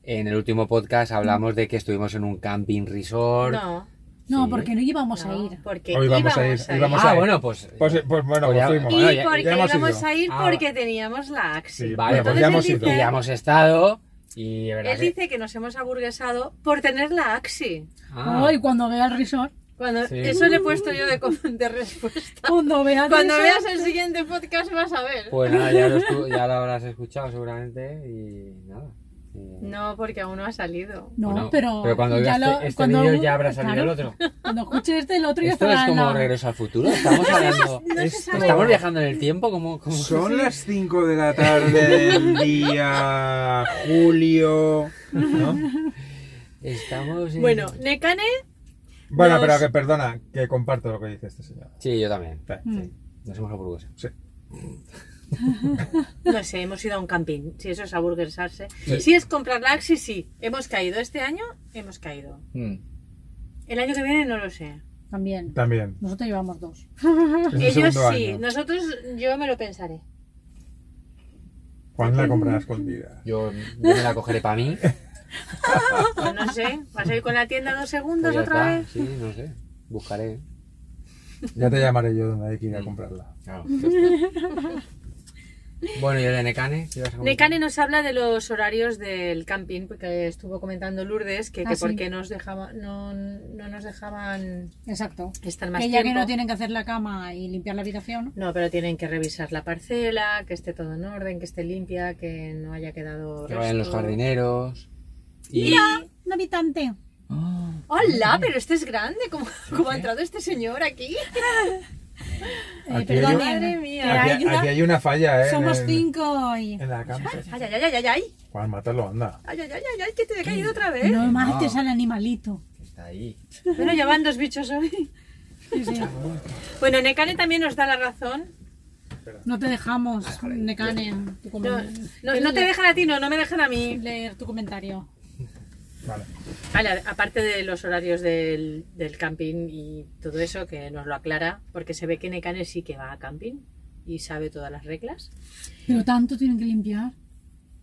Speaker 3: en el último podcast hablamos de que estuvimos en un camping resort.
Speaker 4: no,
Speaker 5: No,
Speaker 3: Sí.
Speaker 5: porque no íbamos a
Speaker 4: no,
Speaker 5: ir.
Speaker 4: porque
Speaker 2: Hoy vamos
Speaker 4: íbamos
Speaker 2: a
Speaker 4: a
Speaker 2: ir,
Speaker 4: ir,
Speaker 2: hoy vamos
Speaker 3: ah,
Speaker 2: a ir.
Speaker 3: bueno, pues.
Speaker 2: Pues, eh, pues bueno,
Speaker 3: Pues ya-
Speaker 2: pues fuimos.
Speaker 4: y
Speaker 3: Bueno, ya-
Speaker 4: porque
Speaker 2: ya hemos
Speaker 4: íbamos
Speaker 2: ido.
Speaker 4: a ir
Speaker 3: Ah,
Speaker 4: porque teníamos la Axi.
Speaker 2: Sí,
Speaker 3: vale, pues
Speaker 2: ya
Speaker 4: Entonces
Speaker 2: hemos
Speaker 4: él
Speaker 2: ido.
Speaker 3: y
Speaker 4: dice-
Speaker 3: ya hemos estado y de verdad
Speaker 4: Él
Speaker 3: que-
Speaker 4: dice que nos hemos aburguesado por tener la Axi.
Speaker 3: Ah,
Speaker 5: Ay, cuando vea el resort.
Speaker 4: Cuando
Speaker 3: Sí.
Speaker 4: eso le he puesto yo de, com- de respuesta.
Speaker 5: Cuando vea el
Speaker 4: Cuando
Speaker 5: resort.
Speaker 4: veas el siguiente podcast vas a ver.
Speaker 3: Pues nada, ya lo, escu- ya lo habrás escuchado seguramente y nada. eh, Y-
Speaker 4: No, porque aún no ha salido.
Speaker 5: No,
Speaker 3: Bueno,
Speaker 5: pero.
Speaker 3: Pero cuando veas
Speaker 5: ya lo-
Speaker 3: este
Speaker 5: cuando-
Speaker 3: vídeo ya habrá salido
Speaker 5: claro,
Speaker 3: el otro.
Speaker 5: Cuando escuches este, el otro ya
Speaker 3: Esto
Speaker 5: estará.
Speaker 3: es
Speaker 5: en
Speaker 3: como
Speaker 5: la-
Speaker 3: regreso al futuro. Estamos hablando. Estamos viajando en el tiempo. como
Speaker 2: Son las 5 de la tarde del día julio. ¿no?
Speaker 3: Estamos. en-
Speaker 4: Bueno, Nekane,
Speaker 2: Bueno,
Speaker 4: Nos-
Speaker 2: pero que perdona, que comparto lo que dice este señor.
Speaker 3: Sí, yo también.
Speaker 2: Sí.
Speaker 4: Mm.
Speaker 3: Nos hemos aburguesado.
Speaker 2: Sí.
Speaker 4: no sé, hemos ido a un camping. Si eso es aburguesarse.
Speaker 2: Sí.
Speaker 4: Si es comprar la Axi, sí. Hemos caído. Este año hemos caído.
Speaker 3: Mm.
Speaker 4: El año que viene no lo sé.
Speaker 5: También.
Speaker 2: También.
Speaker 5: Nosotros llevamos dos.
Speaker 2: Es el
Speaker 4: Ellos
Speaker 2: segundo
Speaker 4: sí.
Speaker 2: año.
Speaker 4: Nosotros, yo me lo pensaré.
Speaker 2: Juan la comprará escondida.
Speaker 3: Yo, yo me la cogeré para mí.
Speaker 4: Pues no sé. ¿Vas a ir con la tienda dos
Speaker 3: Pues
Speaker 4: segundos
Speaker 3: ya está.
Speaker 4: otra vez?
Speaker 3: Sí, no sé. Buscaré.
Speaker 2: Ya te llamaré yo donde hay que ir a comprarla.
Speaker 3: Claro. Bueno, y el de Necane. ¿qué ibas a comentar?
Speaker 4: Necane nos habla de los horarios del camping, porque estuvo comentando Lourdes que,
Speaker 5: Ah,
Speaker 4: que por
Speaker 5: sí.
Speaker 4: qué nos dejaba, no, no nos dejaban
Speaker 5: Exacto.
Speaker 4: estar más
Speaker 5: Que ya que
Speaker 4: tiempo.
Speaker 5: no tienen que hacer la cama y limpiar la habitación,
Speaker 4: No, pero tienen que revisar la parcela, que esté todo en orden, que esté limpia, que no haya quedado.
Speaker 3: Que vayan los
Speaker 4: resto.
Speaker 3: jardineros. Y...
Speaker 5: un habitante.
Speaker 3: Ah,
Speaker 4: ¡Hola! Pero este es grande, ¿cómo, cómo ha entrado este señor aquí?
Speaker 2: Aquí hay,
Speaker 5: perdón,
Speaker 2: un-
Speaker 5: eh,
Speaker 4: Madre
Speaker 2: aquí-
Speaker 4: mía.
Speaker 5: Ay,
Speaker 2: aquí
Speaker 5: ayuda.
Speaker 2: hay una falla, ¿eh?
Speaker 5: Somos
Speaker 2: en, el-
Speaker 5: cinco y...
Speaker 2: En la campa.
Speaker 4: Ay, ay, ay, ay, ay, ay,
Speaker 2: Juan, mátalo, anda.
Speaker 4: ay, ay, ay, ay, que te he caído otra vez.
Speaker 5: No
Speaker 3: Ah.
Speaker 5: mates al animalito.
Speaker 3: que está ahí.
Speaker 4: Bueno, ya van dos bichos hoy. Bueno, Nekane también nos da la razón.
Speaker 5: No te dejamos, Necane, tu
Speaker 4: No,
Speaker 5: comen-
Speaker 4: no, no te dejan a ti, no, no me dejan a mí.
Speaker 5: leer tu comentario.
Speaker 2: Vale.
Speaker 4: Vale, a- aparte de los horarios del, del camping y todo eso, que nos lo aclara, porque se ve que Nekane sí que va a camping y sabe todas las reglas.
Speaker 5: Pero tanto tienen que limpiar.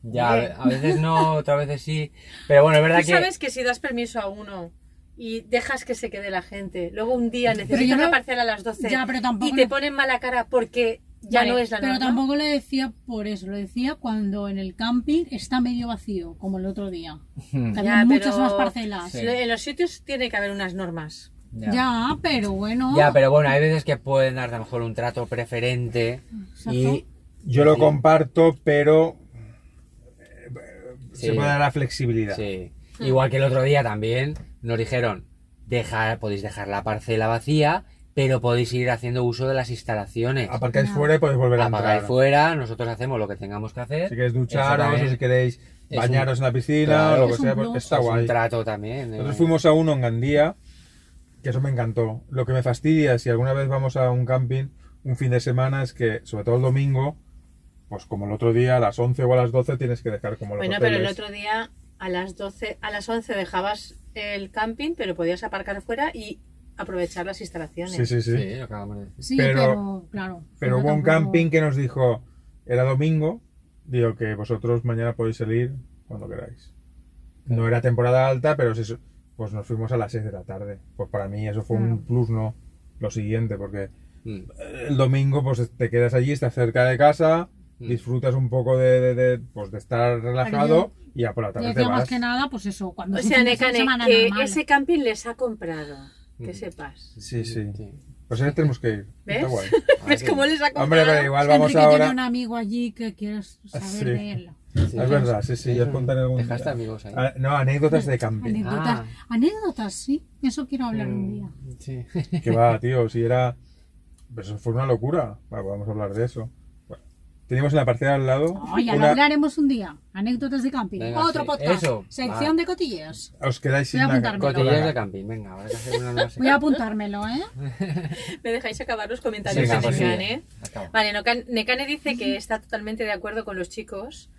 Speaker 3: Ya, a a veces no, otras veces sí. Pero bueno, es verdad
Speaker 4: Tú
Speaker 3: que.
Speaker 4: sabes que si das permiso a uno y dejas que se quede la gente, luego un día
Speaker 5: yo
Speaker 4: necesitas
Speaker 5: no-
Speaker 4: la parcela a las 12
Speaker 5: Ya, pero tampoco
Speaker 4: y te
Speaker 5: no-
Speaker 4: ponen mala cara porque ya
Speaker 5: Vale,
Speaker 4: no es la
Speaker 5: Pero
Speaker 4: norma.
Speaker 5: tampoco le decía por eso, lo decía cuando en el camping está medio vacío, como el otro día. Que
Speaker 4: Ya,
Speaker 5: había muchas
Speaker 4: pero-
Speaker 5: más parcelas.
Speaker 3: Hmm. Sí.
Speaker 4: En los sitios tiene que haber unas normas.
Speaker 3: Ya.
Speaker 5: Ya, pero bueno.
Speaker 3: Ya, pero bueno, hay veces que pueden dar a lo mejor un trato preferente. Y.
Speaker 2: Yo lo comparto, pero eh,
Speaker 3: Sí.
Speaker 2: se puede dar la flexibilidad.
Speaker 3: Sí. Igual que el otro día también nos dijeron: dejar, podéis dejar la parcela vacía, pero podéis ir haciendo uso de las instalaciones.
Speaker 2: Aparcáis fuera y podéis volver a
Speaker 3: Apagar
Speaker 2: entrar.
Speaker 3: fuera, nosotros hacemos lo que tengamos que hacer.
Speaker 2: Si queréis
Speaker 3: Eso
Speaker 2: ducharos, o
Speaker 3: también
Speaker 2: si queréis
Speaker 3: un-
Speaker 2: bañaros en la piscina,
Speaker 3: Claro.
Speaker 2: o lo
Speaker 5: Es
Speaker 2: que
Speaker 5: un
Speaker 2: sea, porque
Speaker 5: plus,
Speaker 2: está
Speaker 3: es
Speaker 2: guay.
Speaker 3: un trato también. eh.
Speaker 2: Nosotros fuimos a uno en Gandía, que eso me encantó. Lo que me fastidia si alguna vez vamos a un camping un fin de semana es que, sobre todo el domingo, pues como el otro día, a las 11 o a las 12 tienes que dejar como los
Speaker 4: Bueno,
Speaker 2: hoteles.
Speaker 4: pero el otro día a las 12, a las 11 dejabas el camping, pero podías aparcar fuera y aprovechar las instalaciones.
Speaker 2: Sí, sí, sí.
Speaker 3: Sí, lo acabamos de decir.
Speaker 5: Sí,
Speaker 2: pero-
Speaker 5: pero, claro.
Speaker 2: Pero
Speaker 5: no
Speaker 2: hubo un
Speaker 5: tampoco-
Speaker 2: camping que nos dijo, era domingo, digo que vosotros mañana podéis salir cuando queráis. No era temporada alta, pero sí- pues nos fuimos a las 6 de la tarde. Pues para mí eso fue un plus, ¿no? Lo siguiente, porque
Speaker 3: Mm.
Speaker 2: el domingo pues te quedas allí, estás cerca de casa,
Speaker 3: Mm.
Speaker 2: disfrutas un poco de, de- de, pues, de estar relajado y ya por la
Speaker 5: Yo
Speaker 2: tarde te
Speaker 5: decía más
Speaker 2: vas.
Speaker 5: que nada, pues eso, cuando
Speaker 4: O
Speaker 5: es un
Speaker 4: sea,
Speaker 5: fin de
Speaker 4: Nekane,
Speaker 5: semana
Speaker 4: que
Speaker 5: normal.
Speaker 4: ese camping les ha comprado. Que
Speaker 3: Mm.
Speaker 4: sepas.
Speaker 2: Sí, sí.
Speaker 3: Sí. Ah,
Speaker 2: Pues ahí tenemos que ir.
Speaker 4: ¿Ves?
Speaker 2: Está guay.
Speaker 4: ¿Ves
Speaker 3: sí.
Speaker 4: cómo les ha comprado?
Speaker 2: Hombre, pero igual
Speaker 5: Es que
Speaker 2: vamos
Speaker 5: Enrique tiene un
Speaker 2: ahora. Ah,
Speaker 5: amigo allí que quieres saber
Speaker 2: Sí.
Speaker 5: de él.
Speaker 3: Sí.
Speaker 2: es verdad, sí, sí, ya os contaré algún día.
Speaker 3: Dejaste amigos ahí.
Speaker 2: Ah, No, anécdotas de camping.
Speaker 5: Anécdotas,
Speaker 3: Ah. Hmm.
Speaker 5: anécdotas, sí. Eso quiero hablar un día.
Speaker 3: Mm, Sí.
Speaker 2: Que va, tío, si era. Eso fue una locura. Va, vamos a hablar de eso. Bueno, teníamos en la parcela al lado.
Speaker 5: No, ya
Speaker 2: una-
Speaker 5: lo hablaremos un día. Anécdotas de camping.
Speaker 3: Venga,
Speaker 5: Otro
Speaker 3: sí.
Speaker 5: podcast.
Speaker 3: Eso,
Speaker 5: Sección de cotilleos.
Speaker 2: Os quedáis sin
Speaker 5: Voy a
Speaker 2: la-
Speaker 5: apuntarme.
Speaker 2: con la-
Speaker 3: Cotillas de camping, venga, habrá que hacer una nueva
Speaker 5: Voy a apuntármelo, ¿eh?
Speaker 4: Me dejáis acabar los comentarios
Speaker 3: Venga,
Speaker 4: de
Speaker 3: pues sí,
Speaker 4: Nekane.
Speaker 3: acaba.
Speaker 4: Vale, Nocan- Nekane dice que está totalmente de acuerdo con los chicos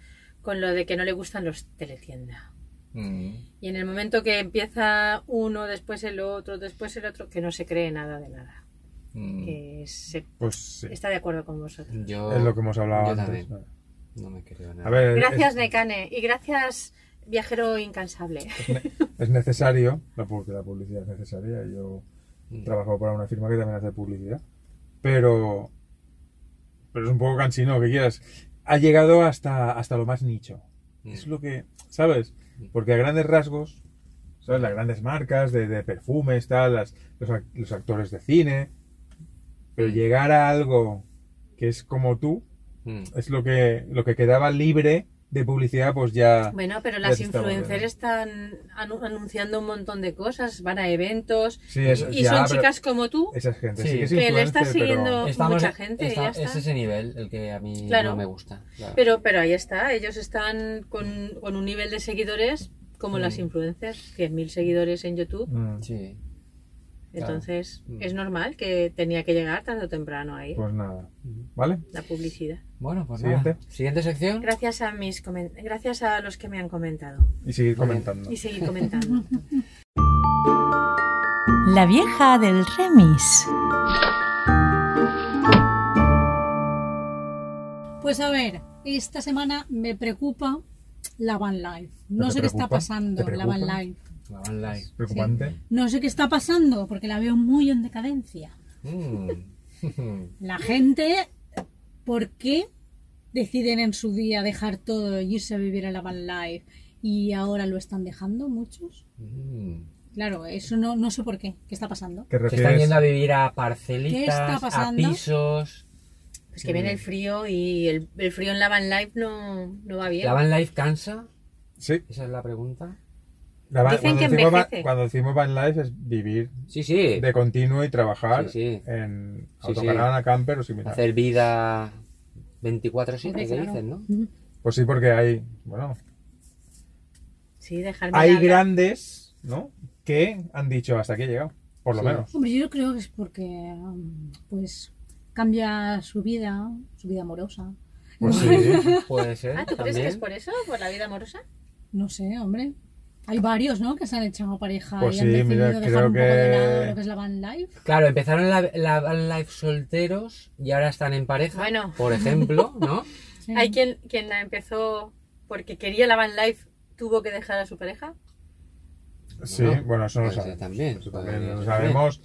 Speaker 4: con lo de que no le gustan los teletienda.
Speaker 3: Mm.
Speaker 4: Y en el momento que empieza uno, después el otro, después el otro, que no se cree nada de nada.
Speaker 3: Mm.
Speaker 4: Que se-
Speaker 2: Pues sí,
Speaker 4: está de acuerdo con vosotros.
Speaker 3: Yo,
Speaker 2: es lo que hemos hablado
Speaker 3: yo
Speaker 2: antes.
Speaker 3: también. No me creo nada.
Speaker 2: A ver,
Speaker 4: Gracias,
Speaker 2: es-
Speaker 4: Nekane. Y gracias, viajero incansable. ¿eh?
Speaker 2: es necesario, la, pu- la publicidad es necesaria. Yo
Speaker 3: Mm,
Speaker 2: trabajo para una firma que también hace publicidad. Pero. Pero es un poco cansino, que quieras. Ha llegado hasta, hasta lo más nicho.
Speaker 3: mm.
Speaker 2: Es lo que. ¿Sabes? Porque a grandes rasgos, ¿sabes? Las grandes marcas de, de perfumes, tal, las- los, ac- los actores de cine. Pero llegar a algo que es como tú,
Speaker 3: Mm.
Speaker 2: es lo que, lo que quedaba libre de publicidad, pues ya.
Speaker 4: Bueno, pero
Speaker 2: Ya
Speaker 4: las
Speaker 2: te estaba
Speaker 4: influencers están anu- anunciando un montón de cosas, van a eventos
Speaker 2: Sí, es-
Speaker 4: y
Speaker 2: ya,
Speaker 4: son
Speaker 2: pero-
Speaker 4: chicas como tú.
Speaker 2: Esa gente,
Speaker 3: Sí.
Speaker 2: sí, que es
Speaker 4: Que le está
Speaker 2: influencer, pero-
Speaker 4: siguiendo- mucha gente,
Speaker 3: esta- este
Speaker 4: ya está.
Speaker 3: Es ese nivel el que a mí
Speaker 4: Claro.
Speaker 3: no me gusta. claro.
Speaker 4: Pero, pero ahí está, ellos están con, con un nivel de seguidores como las influencers, 100.000 seguidores en YouTube.
Speaker 2: Mm,
Speaker 3: Sí.
Speaker 4: Entonces,
Speaker 3: Mm.
Speaker 4: es normal que tenía que llegar tarde o temprano ahí,
Speaker 2: Pues nada, ¿vale?
Speaker 4: la publicidad.
Speaker 3: Bueno, pues
Speaker 2: Siguiente.
Speaker 3: nada. Siguiente sección.
Speaker 4: Gracias a, mis comen- gracias a los que me han comentado.
Speaker 2: Y seguir comentando.
Speaker 4: Y seguir comentando.
Speaker 6: La vieja del remis.
Speaker 5: Pues a ver, esta semana me preocupa la van life. No
Speaker 2: ¿Te
Speaker 5: sé qué está
Speaker 2: preocupa?
Speaker 5: pasando,
Speaker 2: ¿Te
Speaker 5: la van
Speaker 2: preocupa?
Speaker 5: life.
Speaker 3: La van live.
Speaker 2: Preocupante.
Speaker 5: No sé qué está pasando porque la veo muy en decadencia.
Speaker 3: Mm.
Speaker 5: La gente, ¿por qué deciden en su día dejar todo y irse a vivir a la van life y ahora lo están dejando muchos.
Speaker 3: Mm.
Speaker 5: Claro, eso no, no sé por qué. ¿Qué está pasando?
Speaker 2: ¿Te
Speaker 3: Se están
Speaker 2: refieres?
Speaker 3: yendo a vivir a
Speaker 5: ¿Qué está
Speaker 3: parcelitas, a
Speaker 5: pasando?
Speaker 3: pisos.
Speaker 4: Es que viene el frío y el, el frío en la van life no, no va bien.
Speaker 3: ¿La van life cansa?
Speaker 2: Sí.
Speaker 3: Esa es la pregunta.
Speaker 2: La van-
Speaker 4: Dicen
Speaker 2: cuando,
Speaker 4: que
Speaker 2: decimos van,
Speaker 4: envejece.
Speaker 2: cuando decimos van life es vivir
Speaker 3: Sí, sí.
Speaker 2: de continuo y trabajar
Speaker 3: Sí, sí. Sí,
Speaker 2: en
Speaker 3: sí.
Speaker 2: autocaravana, camper o similar.
Speaker 3: Hacer vida 24-7,
Speaker 5: Hombre,
Speaker 3: que
Speaker 5: claro.
Speaker 3: dicen, ¿no?
Speaker 5: Ujú.
Speaker 2: Pues sí, porque hay, bueno,
Speaker 4: Sí, dejarme
Speaker 2: hay
Speaker 4: hablar.
Speaker 2: grandes, ¿no? Que han dicho hasta aquí he llegado, por lo
Speaker 3: Sí.
Speaker 2: menos.
Speaker 5: Hombre, yo creo que es porque mm, pues cambia su vida, su vida amorosa.
Speaker 2: Pues sí.
Speaker 3: Puede ser.
Speaker 4: Ah, ¿tú
Speaker 3: también.
Speaker 4: crees que es por eso? ¿Por la vida amorosa?
Speaker 5: No sé, hombre. Hay varios, ¿no? Que se han echado pareja
Speaker 2: Pues
Speaker 5: y han
Speaker 2: sí,
Speaker 5: decidido
Speaker 2: mira,
Speaker 5: dejar
Speaker 2: creo
Speaker 5: un poco de
Speaker 2: que-
Speaker 5: lado lo que es la van life.
Speaker 3: Claro, empezaron la, la van life solteros y ahora están en pareja,
Speaker 4: Bueno.
Speaker 3: por ejemplo, ¿no?
Speaker 5: Sí.
Speaker 4: ¿Hay quien, quien la empezó porque quería la van life, tuvo que dejar a su pareja?
Speaker 2: Sí,
Speaker 3: ¿no?
Speaker 2: bueno, eso no lo
Speaker 3: Puede ser
Speaker 2: sabemos.
Speaker 3: pues también,
Speaker 2: Eso
Speaker 3: puede
Speaker 2: también
Speaker 3: ser
Speaker 2: lo
Speaker 3: también.
Speaker 2: sabemos.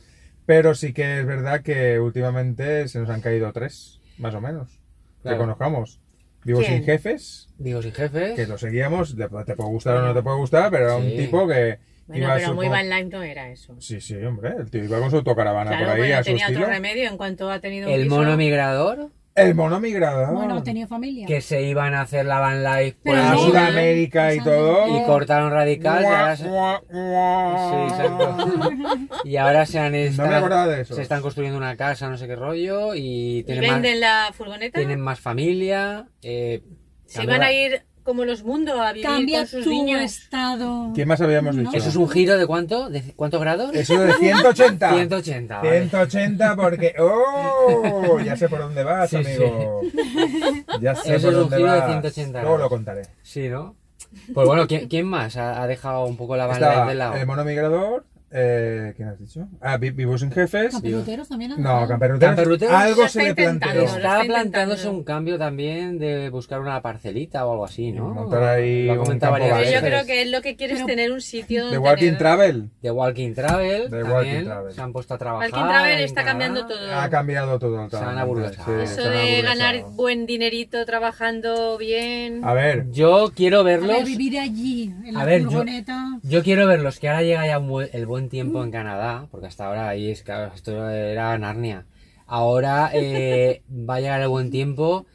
Speaker 2: Pero sí que es verdad que últimamente se nos han caído tres, más o menos,
Speaker 3: Claro.
Speaker 2: que conozcamos. Vivo
Speaker 4: ¿Quién?
Speaker 2: sin jefes,
Speaker 3: Digo, sin jefes.
Speaker 2: que lo seguíamos, te te puede gustar o no te puede gustar, pero era un
Speaker 3: Sí.
Speaker 2: tipo que
Speaker 4: Bueno,
Speaker 2: iba
Speaker 4: pero muy
Speaker 2: supongo-
Speaker 4: van life no era eso.
Speaker 2: Sí, sí, hombre, el tío iba con su autocaravana
Speaker 4: Claro,
Speaker 2: por ahí
Speaker 4: bueno,
Speaker 2: a su
Speaker 4: tenía
Speaker 2: estilo.
Speaker 4: otro remedio en cuanto ha tenido un
Speaker 3: El
Speaker 4: piso.
Speaker 3: mono migrador,
Speaker 2: El mono migrador.
Speaker 5: Bueno, tenía familia.
Speaker 3: que se iban a hacer la van life por
Speaker 2: Por
Speaker 5: Pero no,
Speaker 3: ahí
Speaker 2: Sudamérica y
Speaker 5: no,
Speaker 2: todo.
Speaker 3: y cortaron radical y ahora se,
Speaker 2: Guau, guau,
Speaker 3: Sí,
Speaker 2: guau.
Speaker 3: exacto. y ahora se han
Speaker 2: No me
Speaker 3: estado-
Speaker 2: acordaba de eso.
Speaker 3: se están construyendo una casa, no sé qué rollo, y
Speaker 4: ¿Y
Speaker 3: tienen, más,
Speaker 4: venden la furgoneta?
Speaker 3: tienen más familia. eh,
Speaker 4: ¿Se
Speaker 3: cambia-
Speaker 4: van a ir como los mundos a vivir
Speaker 5: Cambia
Speaker 4: con sus
Speaker 5: tu
Speaker 4: niños?
Speaker 5: estado.
Speaker 2: ¿Qué más habíamos
Speaker 5: No.
Speaker 2: dicho?
Speaker 3: Eso es un giro de cuánto, de cuántos grados?
Speaker 2: Eso de 180.
Speaker 3: 180. Ah, vale.
Speaker 2: 180 porque... ¡Oh! Ya sé por dónde vas,
Speaker 3: Sí, sí.
Speaker 2: amigo. Ya sé
Speaker 3: Eso
Speaker 2: por
Speaker 3: es un
Speaker 2: dónde
Speaker 3: giro de
Speaker 2: vas.
Speaker 3: 180
Speaker 2: Luego lo
Speaker 3: grados.
Speaker 2: contaré.
Speaker 3: Sí, ¿no? Pues bueno, ¿quién, quién más ha, ha dejado un poco la van
Speaker 2: Estaba
Speaker 3: life de este lado?
Speaker 2: el mono migrador. Eh, ¿Quién has dicho? Ah, vi- vivo sin jefes.
Speaker 5: Camperuteros también han
Speaker 2: No,
Speaker 5: dejado.
Speaker 2: camperruteros.
Speaker 3: Camperruteros.
Speaker 2: Algo
Speaker 4: Lo
Speaker 2: se le
Speaker 4: está intentando,
Speaker 2: planteó.
Speaker 4: lo está
Speaker 3: Estaba planteándose
Speaker 4: intentando.
Speaker 3: un cambio también de buscar una parcelita o algo así, ¿no?
Speaker 2: Montar ahí
Speaker 3: Lo ha
Speaker 2: un
Speaker 3: comentado
Speaker 2: campo
Speaker 3: varias
Speaker 4: Pero yo
Speaker 2: Vale.
Speaker 3: veces.
Speaker 4: creo que él lo que quiere es tener un sitio
Speaker 2: The
Speaker 4: donde
Speaker 2: Walking
Speaker 4: tener-
Speaker 2: Travel
Speaker 3: De Walking Travel
Speaker 2: De
Speaker 3: también
Speaker 2: Walking Travel.
Speaker 3: se han puesto a trabajar.
Speaker 4: Walking Travel
Speaker 3: ahí en
Speaker 4: está
Speaker 3: Canadá.
Speaker 4: cambiando todo.
Speaker 2: ha cambiado todo el
Speaker 3: Se han
Speaker 2: trabajo.
Speaker 3: aburguesado.
Speaker 2: se
Speaker 4: Eso
Speaker 2: han
Speaker 4: de ganar
Speaker 2: aburguesado.
Speaker 4: buen dinerito trabajando bien.
Speaker 2: A ver,
Speaker 3: Yo quiero
Speaker 5: A ver,
Speaker 3: verlos.
Speaker 5: vivir allí, en la
Speaker 3: A ver, yo-
Speaker 5: furgoneta.
Speaker 3: Yo quiero verlos, que ahora llega ya un bu- el buen tiempo en Canadá, porque hasta ahora ahí es que esto era Narnia. Ahora eh, va a llegar el buen tiempo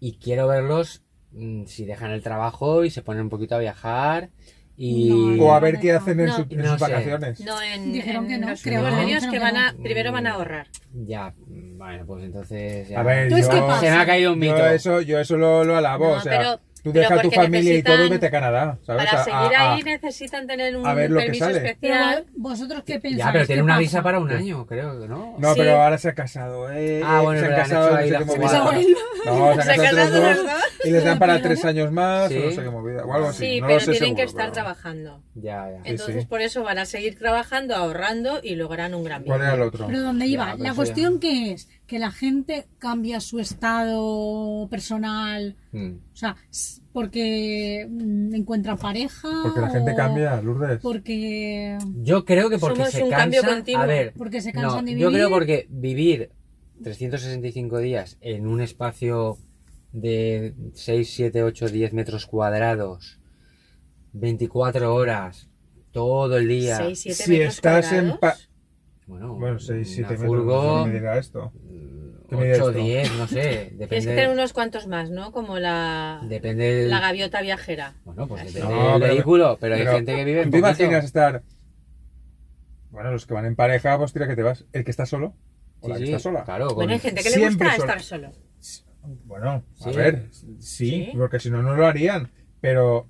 Speaker 3: y quiero verlos mm, si dejan el trabajo y se ponen un poquito a viajar y...
Speaker 5: No,
Speaker 2: o a ver qué hacen en,
Speaker 4: No.
Speaker 2: su- en
Speaker 3: No
Speaker 2: sus
Speaker 3: sé.
Speaker 2: vacaciones.
Speaker 4: No, en,
Speaker 5: Dijeron
Speaker 4: en
Speaker 5: que no,
Speaker 4: los
Speaker 5: creo
Speaker 4: últimos
Speaker 3: que no.
Speaker 4: vídeos que
Speaker 5: Dijeron
Speaker 4: van
Speaker 5: que
Speaker 4: a,
Speaker 3: no.
Speaker 4: primero van a ahorrar.
Speaker 3: Ya, mm, bueno, pues entonces... ya-
Speaker 2: A ver,
Speaker 5: Entonces, ¿qué pasa?
Speaker 2: yo,
Speaker 3: Se me ha caído un mito.
Speaker 2: yo eso, yo eso lo, lo alabo.
Speaker 4: No,
Speaker 2: o sea,
Speaker 4: pero-
Speaker 2: tú
Speaker 4: pero
Speaker 2: deja tu
Speaker 4: porque
Speaker 2: familia y todo y
Speaker 4: necesitan-
Speaker 2: vete a Canadá. ¿sabes?
Speaker 4: Para
Speaker 2: A-
Speaker 4: seguir
Speaker 2: a-
Speaker 4: ahí
Speaker 2: a-
Speaker 4: necesitan tener un
Speaker 2: a ver lo que
Speaker 4: permiso
Speaker 2: sale.
Speaker 5: Pero
Speaker 4: especial.
Speaker 5: vosotros qué pensáis.
Speaker 3: Ya, pero
Speaker 5: ¿Qué
Speaker 3: tiene una
Speaker 5: pasa?
Speaker 3: visa para un año, creo, ¿no?
Speaker 2: No,
Speaker 4: Sí.
Speaker 2: pero ahora se ha casado, ¿eh?
Speaker 3: Ah, bueno,
Speaker 2: se han
Speaker 3: pero han
Speaker 2: casado
Speaker 3: hecho
Speaker 2: no
Speaker 3: ahí
Speaker 2: sé
Speaker 3: la
Speaker 2: qué
Speaker 3: jugada.
Speaker 2: movida. No, se han
Speaker 4: Se han
Speaker 2: casado
Speaker 4: casado
Speaker 2: otros
Speaker 4: los
Speaker 2: dos y les dan para tres años más
Speaker 3: Sí.
Speaker 2: o no sé qué movida. O algo así.
Speaker 4: Sí,
Speaker 2: no lo
Speaker 4: pero
Speaker 2: sé
Speaker 4: tienen
Speaker 2: seguro,
Speaker 4: que estar
Speaker 2: pero-
Speaker 4: trabajando.
Speaker 3: Ya, ya.
Speaker 2: Eh,
Speaker 4: Entonces
Speaker 2: sí.
Speaker 4: por eso van a seguir trabajando, ahorrando y lograrán un gran bien.
Speaker 2: ¿Cuál era el otro?
Speaker 5: Pero ¿dónde iba?
Speaker 3: Ya, pues pero
Speaker 5: la
Speaker 3: eso
Speaker 5: cuestión que es que la gente cambia su estado personal,
Speaker 3: Mm.
Speaker 5: o sea, s- porque mm, encuentran pareja.
Speaker 2: Porque la gente
Speaker 5: o
Speaker 2: cambia, Lourdes.
Speaker 5: Porque,
Speaker 3: Yo creo que porque
Speaker 4: Somos
Speaker 3: se
Speaker 4: un
Speaker 3: cansan.
Speaker 4: cambio continuo.
Speaker 3: A ver,
Speaker 5: porque se cansan
Speaker 3: no,
Speaker 5: de vivir.
Speaker 3: yo creo porque vivir 365 días en un espacio de 6, 7, 8, 10 metros cuadrados, 24 horas, todo el día.
Speaker 4: 6, 7
Speaker 2: Si
Speaker 4: metros
Speaker 2: estás en
Speaker 4: cuadrados.
Speaker 2: pa-
Speaker 3: Bueno,
Speaker 2: Bueno, 6, 7
Speaker 3: una
Speaker 2: metros.
Speaker 3: furgo,
Speaker 2: no sé qué me dirá esto. ¿Qué me dirá
Speaker 3: 8,
Speaker 2: esto?
Speaker 3: 10, no sé.
Speaker 4: Tienes que
Speaker 3: Depende,
Speaker 4: tener unos cuantos más, ¿no? Como la,
Speaker 3: depende del-
Speaker 4: la Ah, gaviota viajera.
Speaker 3: Bueno, pues
Speaker 4: Así.
Speaker 3: depende
Speaker 2: No,
Speaker 3: del
Speaker 2: pero-
Speaker 3: vehículo, pero hay
Speaker 2: Pero,
Speaker 3: gente que vive en
Speaker 2: ¿Tú te
Speaker 3: poquito.
Speaker 2: imaginas estar... Bueno, los que van en pareja, pues tira que te vas. El que está solo. O
Speaker 3: Sí,
Speaker 2: la que
Speaker 3: sí,
Speaker 2: está sola.
Speaker 3: Claro, con-
Speaker 4: Bueno, hay gente que le
Speaker 2: Siempre
Speaker 4: gusta
Speaker 2: sola.
Speaker 4: estar solo.
Speaker 2: Bueno, a
Speaker 3: Sí.
Speaker 2: ver, sí, porque si no, no lo harían. Pero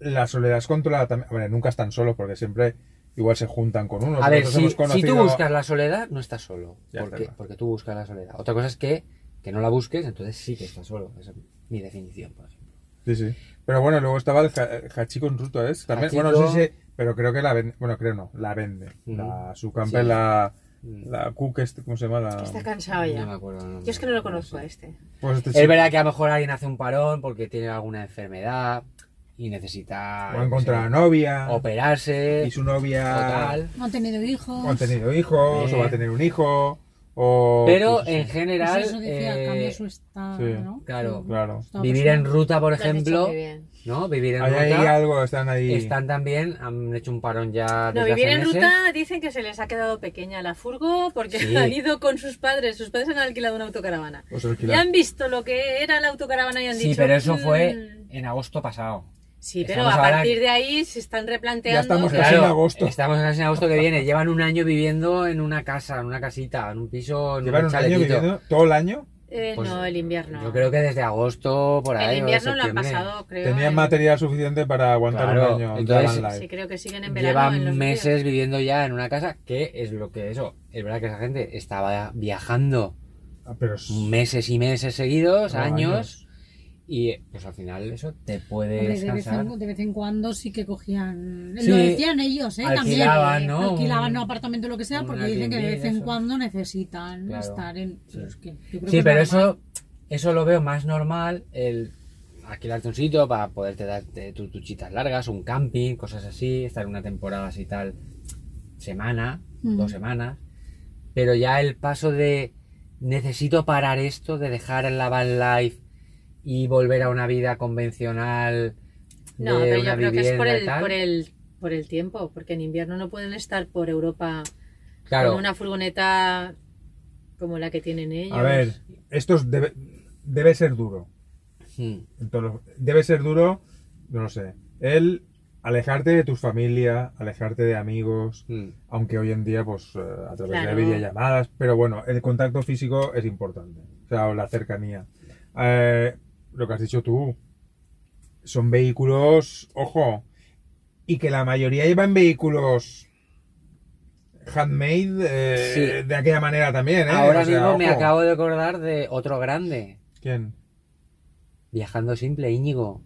Speaker 2: la soledad es controlada también. A ver, nunca están solos porque siempre igual se juntan con uno.
Speaker 3: A ver,
Speaker 2: Nosotros
Speaker 3: si,
Speaker 2: hemos
Speaker 3: si tú
Speaker 2: conocido-
Speaker 3: buscas la soledad, no estás solo.
Speaker 2: Ya está
Speaker 3: Porque,
Speaker 2: claro.
Speaker 3: porque tú buscas la soledad. Otra cosa es que, que no la busques, entonces sí que estás solo. Esa es mi definición, por ejemplo.
Speaker 2: Sí, sí. Pero bueno, luego estaba el Ja- Hachiko en Ruto, ¿es? También,
Speaker 3: Hachiko.
Speaker 2: bueno, sí, sí. Pero creo que la vende. Bueno, creo no, la vende.
Speaker 3: Ujú.
Speaker 2: La, su camper,
Speaker 3: Sí.
Speaker 2: la.
Speaker 3: Mm.
Speaker 2: La Cook, este, ¿cómo se llama? La-
Speaker 4: Está cansado
Speaker 3: No me
Speaker 4: ya.
Speaker 3: acuerdo.
Speaker 4: Yo es que no lo conozco
Speaker 3: sé.
Speaker 4: a este.
Speaker 2: Pues este
Speaker 3: Es
Speaker 2: chico.
Speaker 3: verdad que a lo mejor alguien hace un parón porque tiene alguna enfermedad y necesita
Speaker 2: O ha
Speaker 3: yo qué sé,
Speaker 2: encontrado a novia.
Speaker 3: operarse
Speaker 2: Y su
Speaker 3: o
Speaker 2: novia.
Speaker 3: tal.
Speaker 5: no han tenido hijos.
Speaker 2: O han tenido hijos,
Speaker 3: Bien.
Speaker 2: o va a tener un hijo. O,
Speaker 3: Pero
Speaker 2: sí, sí,
Speaker 3: en
Speaker 2: sí.
Speaker 3: general,
Speaker 5: Pues eso decía,
Speaker 3: eh,
Speaker 5: cambia su estado,
Speaker 2: sí.
Speaker 5: ¿no?
Speaker 3: Claro.
Speaker 5: Su-
Speaker 2: Claro.
Speaker 5: su estado
Speaker 3: vivir en
Speaker 5: personal.
Speaker 3: ruta, por
Speaker 4: Lo has dicho
Speaker 3: ejemplo,
Speaker 4: muy bien.
Speaker 3: ¿no? Vivir en
Speaker 2: Hay ahí
Speaker 3: ruta.
Speaker 2: algo, están ahí.
Speaker 3: Están también, han hecho un parón ya
Speaker 4: No,
Speaker 3: desde hace
Speaker 4: vivir en
Speaker 3: meses.
Speaker 4: ruta dicen que se les ha quedado pequeña la furgo porque
Speaker 3: Sí.
Speaker 4: han ido con sus padres. Sus padres han alquilado una autocaravana.
Speaker 2: Os
Speaker 4: Ya
Speaker 2: alquilan.
Speaker 4: han visto lo que era la autocaravana y han
Speaker 3: Sí,
Speaker 4: dicho.
Speaker 3: pero eso fue
Speaker 4: "Mm".
Speaker 3: en agosto pasado.
Speaker 4: Sí, pero
Speaker 3: estamos
Speaker 4: a
Speaker 3: ahora-
Speaker 4: partir de ahí se están replanteando.
Speaker 2: Ya estamos
Speaker 4: Claro.
Speaker 2: casi en agosto.
Speaker 3: Estamos casi en agosto que viene. Llevan un año viviendo en una casa, en una casita, en un piso, en
Speaker 2: Llevan
Speaker 3: un
Speaker 2: un año
Speaker 3: chaletito.
Speaker 2: viviendo todo el año.
Speaker 4: Eh,
Speaker 3: Pues,
Speaker 4: no, el invierno.
Speaker 3: Yo creo que desde agosto, por ahí.
Speaker 4: el
Speaker 3: o
Speaker 4: invierno lo han
Speaker 3: septiembre.
Speaker 4: pasado, creo.
Speaker 2: Tenían
Speaker 4: en-
Speaker 2: material suficiente para aguantar
Speaker 3: Claro,
Speaker 2: un año. de
Speaker 3: entonces-
Speaker 2: van life.
Speaker 4: Sí, creo que siguen en verano. en los
Speaker 3: Llevan meses
Speaker 4: ríos.
Speaker 3: viviendo ya en una casa que es lo que eso. Es verdad que esa gente estaba viajando
Speaker 2: Ah, Pero es-
Speaker 3: meses y meses seguidos,
Speaker 2: No,
Speaker 3: años, y eh, pues al final eso te puede
Speaker 5: Hombre, de, vez
Speaker 3: descansar.
Speaker 5: en, de vez en cuando sí que cogían.
Speaker 3: Sí.
Speaker 5: Lo decían ellos, ¿eh?
Speaker 3: Alquilaban,
Speaker 5: También.
Speaker 3: ¿no?
Speaker 5: Alquilaban
Speaker 3: Un-
Speaker 5: un apartamento, lo que sea,
Speaker 3: un
Speaker 5: porque dicen que de
Speaker 3: Airbnb,
Speaker 5: vez en
Speaker 3: eso.
Speaker 5: cuando necesitan
Speaker 3: Claro.
Speaker 5: estar en. pero es que yo creo que
Speaker 3: Sí,
Speaker 5: es
Speaker 3: pero
Speaker 5: normal.
Speaker 3: eso, eso lo veo más normal, el alquilarte un sitio para poderte dar eh, tus duchitas largas, un camping, cosas así, estar una temporada así tal, semana,
Speaker 5: Mm.
Speaker 3: dos semanas, pero ya el paso de necesito parar esto, de dejar la van life y volver a una vida convencional.
Speaker 4: No,
Speaker 3: de
Speaker 4: pero
Speaker 3: una
Speaker 4: yo creo que es por
Speaker 3: vivienda y
Speaker 4: el,
Speaker 3: tal.
Speaker 4: por, el, por el tiempo, porque en invierno no pueden estar por Europa
Speaker 3: Claro,
Speaker 4: con una furgoneta como la que tienen ellos.
Speaker 2: A ver, esto es- debe, debe ser duro.
Speaker 3: mm,
Speaker 2: en todos los- debe ser duro, no lo sé. El alejarte de tu familia, alejarte de amigos,
Speaker 3: mm.
Speaker 2: aunque hoy en día, pues eh, a través
Speaker 4: Claro.
Speaker 2: de videollamadas, pero bueno, el contacto físico es importante, o sea, o la cercanía. Eh, lo que has dicho tú, son vehículos, ojo, y que la mayoría llevan vehículos handmade eh, de aquella manera también, ¿eh?
Speaker 3: Ahora
Speaker 2: O sea,
Speaker 3: mismo me
Speaker 2: ojo.
Speaker 3: acabo de acordar de otro grande,
Speaker 2: ¿Quién?
Speaker 3: Viajando Simple, Íñigo.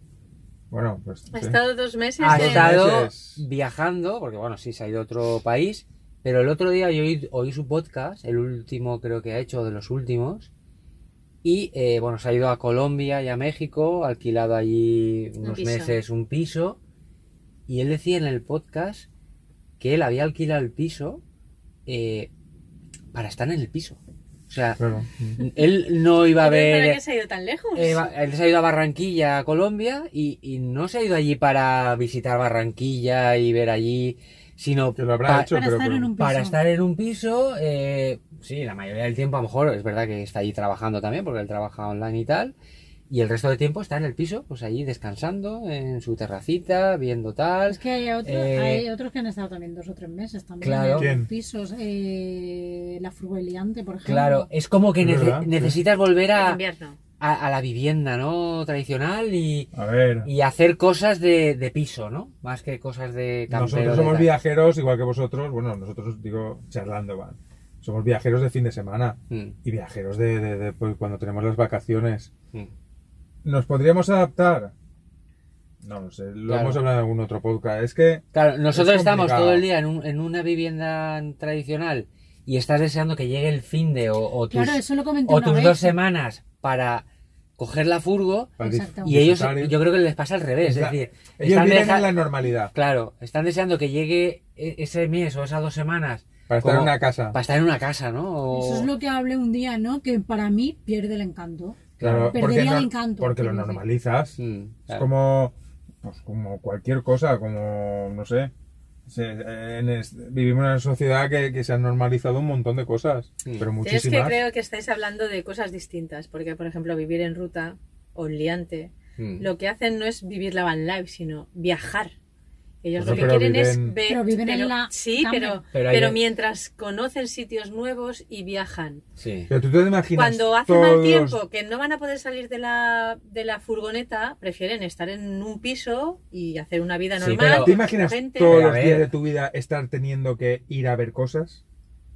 Speaker 2: Bueno, pues...
Speaker 4: Ha
Speaker 2: sí.
Speaker 4: estado dos meses
Speaker 3: ha
Speaker 2: Dos
Speaker 4: en-
Speaker 3: estado
Speaker 2: meses.
Speaker 3: viajando, porque bueno, sí, se ha ido a otro país, pero el otro día yo oí, oí su podcast, el último creo que ha hecho, de los últimos, y eh, bueno, se ha ido a Colombia y a México, ha alquilado allí unos
Speaker 4: piso.
Speaker 3: meses un piso, y él decía en el podcast que él había alquilado el piso eh, para estar en el piso. O sea,
Speaker 2: Claro.
Speaker 3: él no iba a
Speaker 4: Entonces,
Speaker 3: ver...
Speaker 4: ¿Para qué se ha ido tan lejos?
Speaker 3: Eh, va- él se ha ido a Barranquilla, a Colombia, y, y no se ha ido allí para visitar Barranquilla y ver allí, sino
Speaker 2: Que lo habrá
Speaker 3: pa-
Speaker 2: hecho,
Speaker 5: Para
Speaker 2: pero...
Speaker 5: estar
Speaker 2: pero-
Speaker 5: en un piso.
Speaker 3: para estar en un piso. eh, sí, la mayoría del tiempo, a lo mejor es verdad que está allí trabajando también, porque él trabaja online y tal. Y el resto del tiempo está en el piso, pues allí descansando, en su terracita, viendo tal.
Speaker 5: Es que hay, otros,
Speaker 3: Eh,
Speaker 5: hay otros que han estado también dos o tres meses también.
Speaker 3: Claro.
Speaker 5: en
Speaker 2: ¿Quién?
Speaker 5: pisos. eh, la frugaliante, por ejemplo.
Speaker 3: Claro, es como que
Speaker 2: Es
Speaker 3: nece-
Speaker 2: verdad, sí.
Speaker 3: necesitas volver
Speaker 4: En
Speaker 3: a,
Speaker 4: invierno.
Speaker 3: a- a la vivienda, ¿no? Tradicional y,
Speaker 2: A ver,
Speaker 3: y hacer cosas de, de piso, ¿no? Más que cosas de campero.
Speaker 2: nosotros
Speaker 3: de
Speaker 2: somos
Speaker 3: tal.
Speaker 2: viajeros igual que vosotros, bueno, nosotros digo charlando, van. Somos viajeros de fin de semana
Speaker 3: Mm,
Speaker 2: y viajeros de, de- de, pues, cuando tenemos las vacaciones.
Speaker 3: mm.
Speaker 2: ¿Nos podríamos adaptar? No lo sé, lo
Speaker 3: Claro.
Speaker 2: hemos hablado en algún otro podcast. Es que,
Speaker 3: Claro, nosotros
Speaker 2: Es
Speaker 3: estamos
Speaker 2: complicado.
Speaker 3: todo el día en, un- en una vivienda tradicional y estás deseando que llegue el fin de o, o tus,
Speaker 5: Claro, eso lo comenté
Speaker 3: o
Speaker 5: una
Speaker 3: tus
Speaker 5: vez.
Speaker 3: dos semanas para coger la furgo
Speaker 2: para dis-
Speaker 5: Exacto.
Speaker 3: y ellos
Speaker 2: disfrutar,
Speaker 3: yo creo que les pasa al revés, es
Speaker 2: Está-
Speaker 3: decir,
Speaker 2: ellos
Speaker 3: están
Speaker 2: viven
Speaker 3: deja-
Speaker 2: en la normalidad,
Speaker 3: claro, están deseando que llegue e- ese mes o esas dos semanas
Speaker 2: para estar en
Speaker 3: como-
Speaker 2: una casa.
Speaker 3: para estar en una casa, ¿no? O-
Speaker 5: Eso es lo que hablé un día, ¿no? Que para mí pierde el encanto.
Speaker 2: Claro,
Speaker 5: Perdería
Speaker 2: porque,
Speaker 5: el
Speaker 2: no-
Speaker 5: encanto,
Speaker 2: porque lo
Speaker 5: quiero decir.
Speaker 2: normalizas.
Speaker 3: Mm,
Speaker 2: Es
Speaker 3: claro.
Speaker 2: como, pues, como cualquier cosa, como, no sé. se- en es- vivimos en una sociedad que, que se han normalizado un montón de cosas,
Speaker 3: Sí.
Speaker 2: pero
Speaker 4: Pero Es que
Speaker 2: muchísimas.
Speaker 4: creo que estáis hablando de cosas distintas, porque por ejemplo vivir en ruta o en liante,
Speaker 3: Mm.
Speaker 4: lo que hacen no es vivir la van life, sino viajar. Ellos
Speaker 2: Bueno,
Speaker 4: lo que
Speaker 2: pero
Speaker 4: quieren
Speaker 2: viven-
Speaker 4: es ver.
Speaker 5: Pero viven en la
Speaker 4: Sí,
Speaker 5: camper.
Speaker 4: pero,
Speaker 3: Pero
Speaker 4: pero,
Speaker 3: hay de-
Speaker 4: mientras conocen sitios nuevos y viajan.
Speaker 3: Sí.
Speaker 2: Pero tú te imaginas
Speaker 4: Cuando hace mal
Speaker 2: todos-
Speaker 4: tiempo que no van a poder salir de la, de la furgoneta, prefieren estar en un piso y hacer una vida
Speaker 3: Sí,
Speaker 4: normal.
Speaker 3: pero-
Speaker 2: ¿Te imaginas
Speaker 4: gente.
Speaker 2: todos
Speaker 3: Pero a
Speaker 2: los
Speaker 3: ver.
Speaker 2: días de tu vida estar teniendo que ir a ver cosas?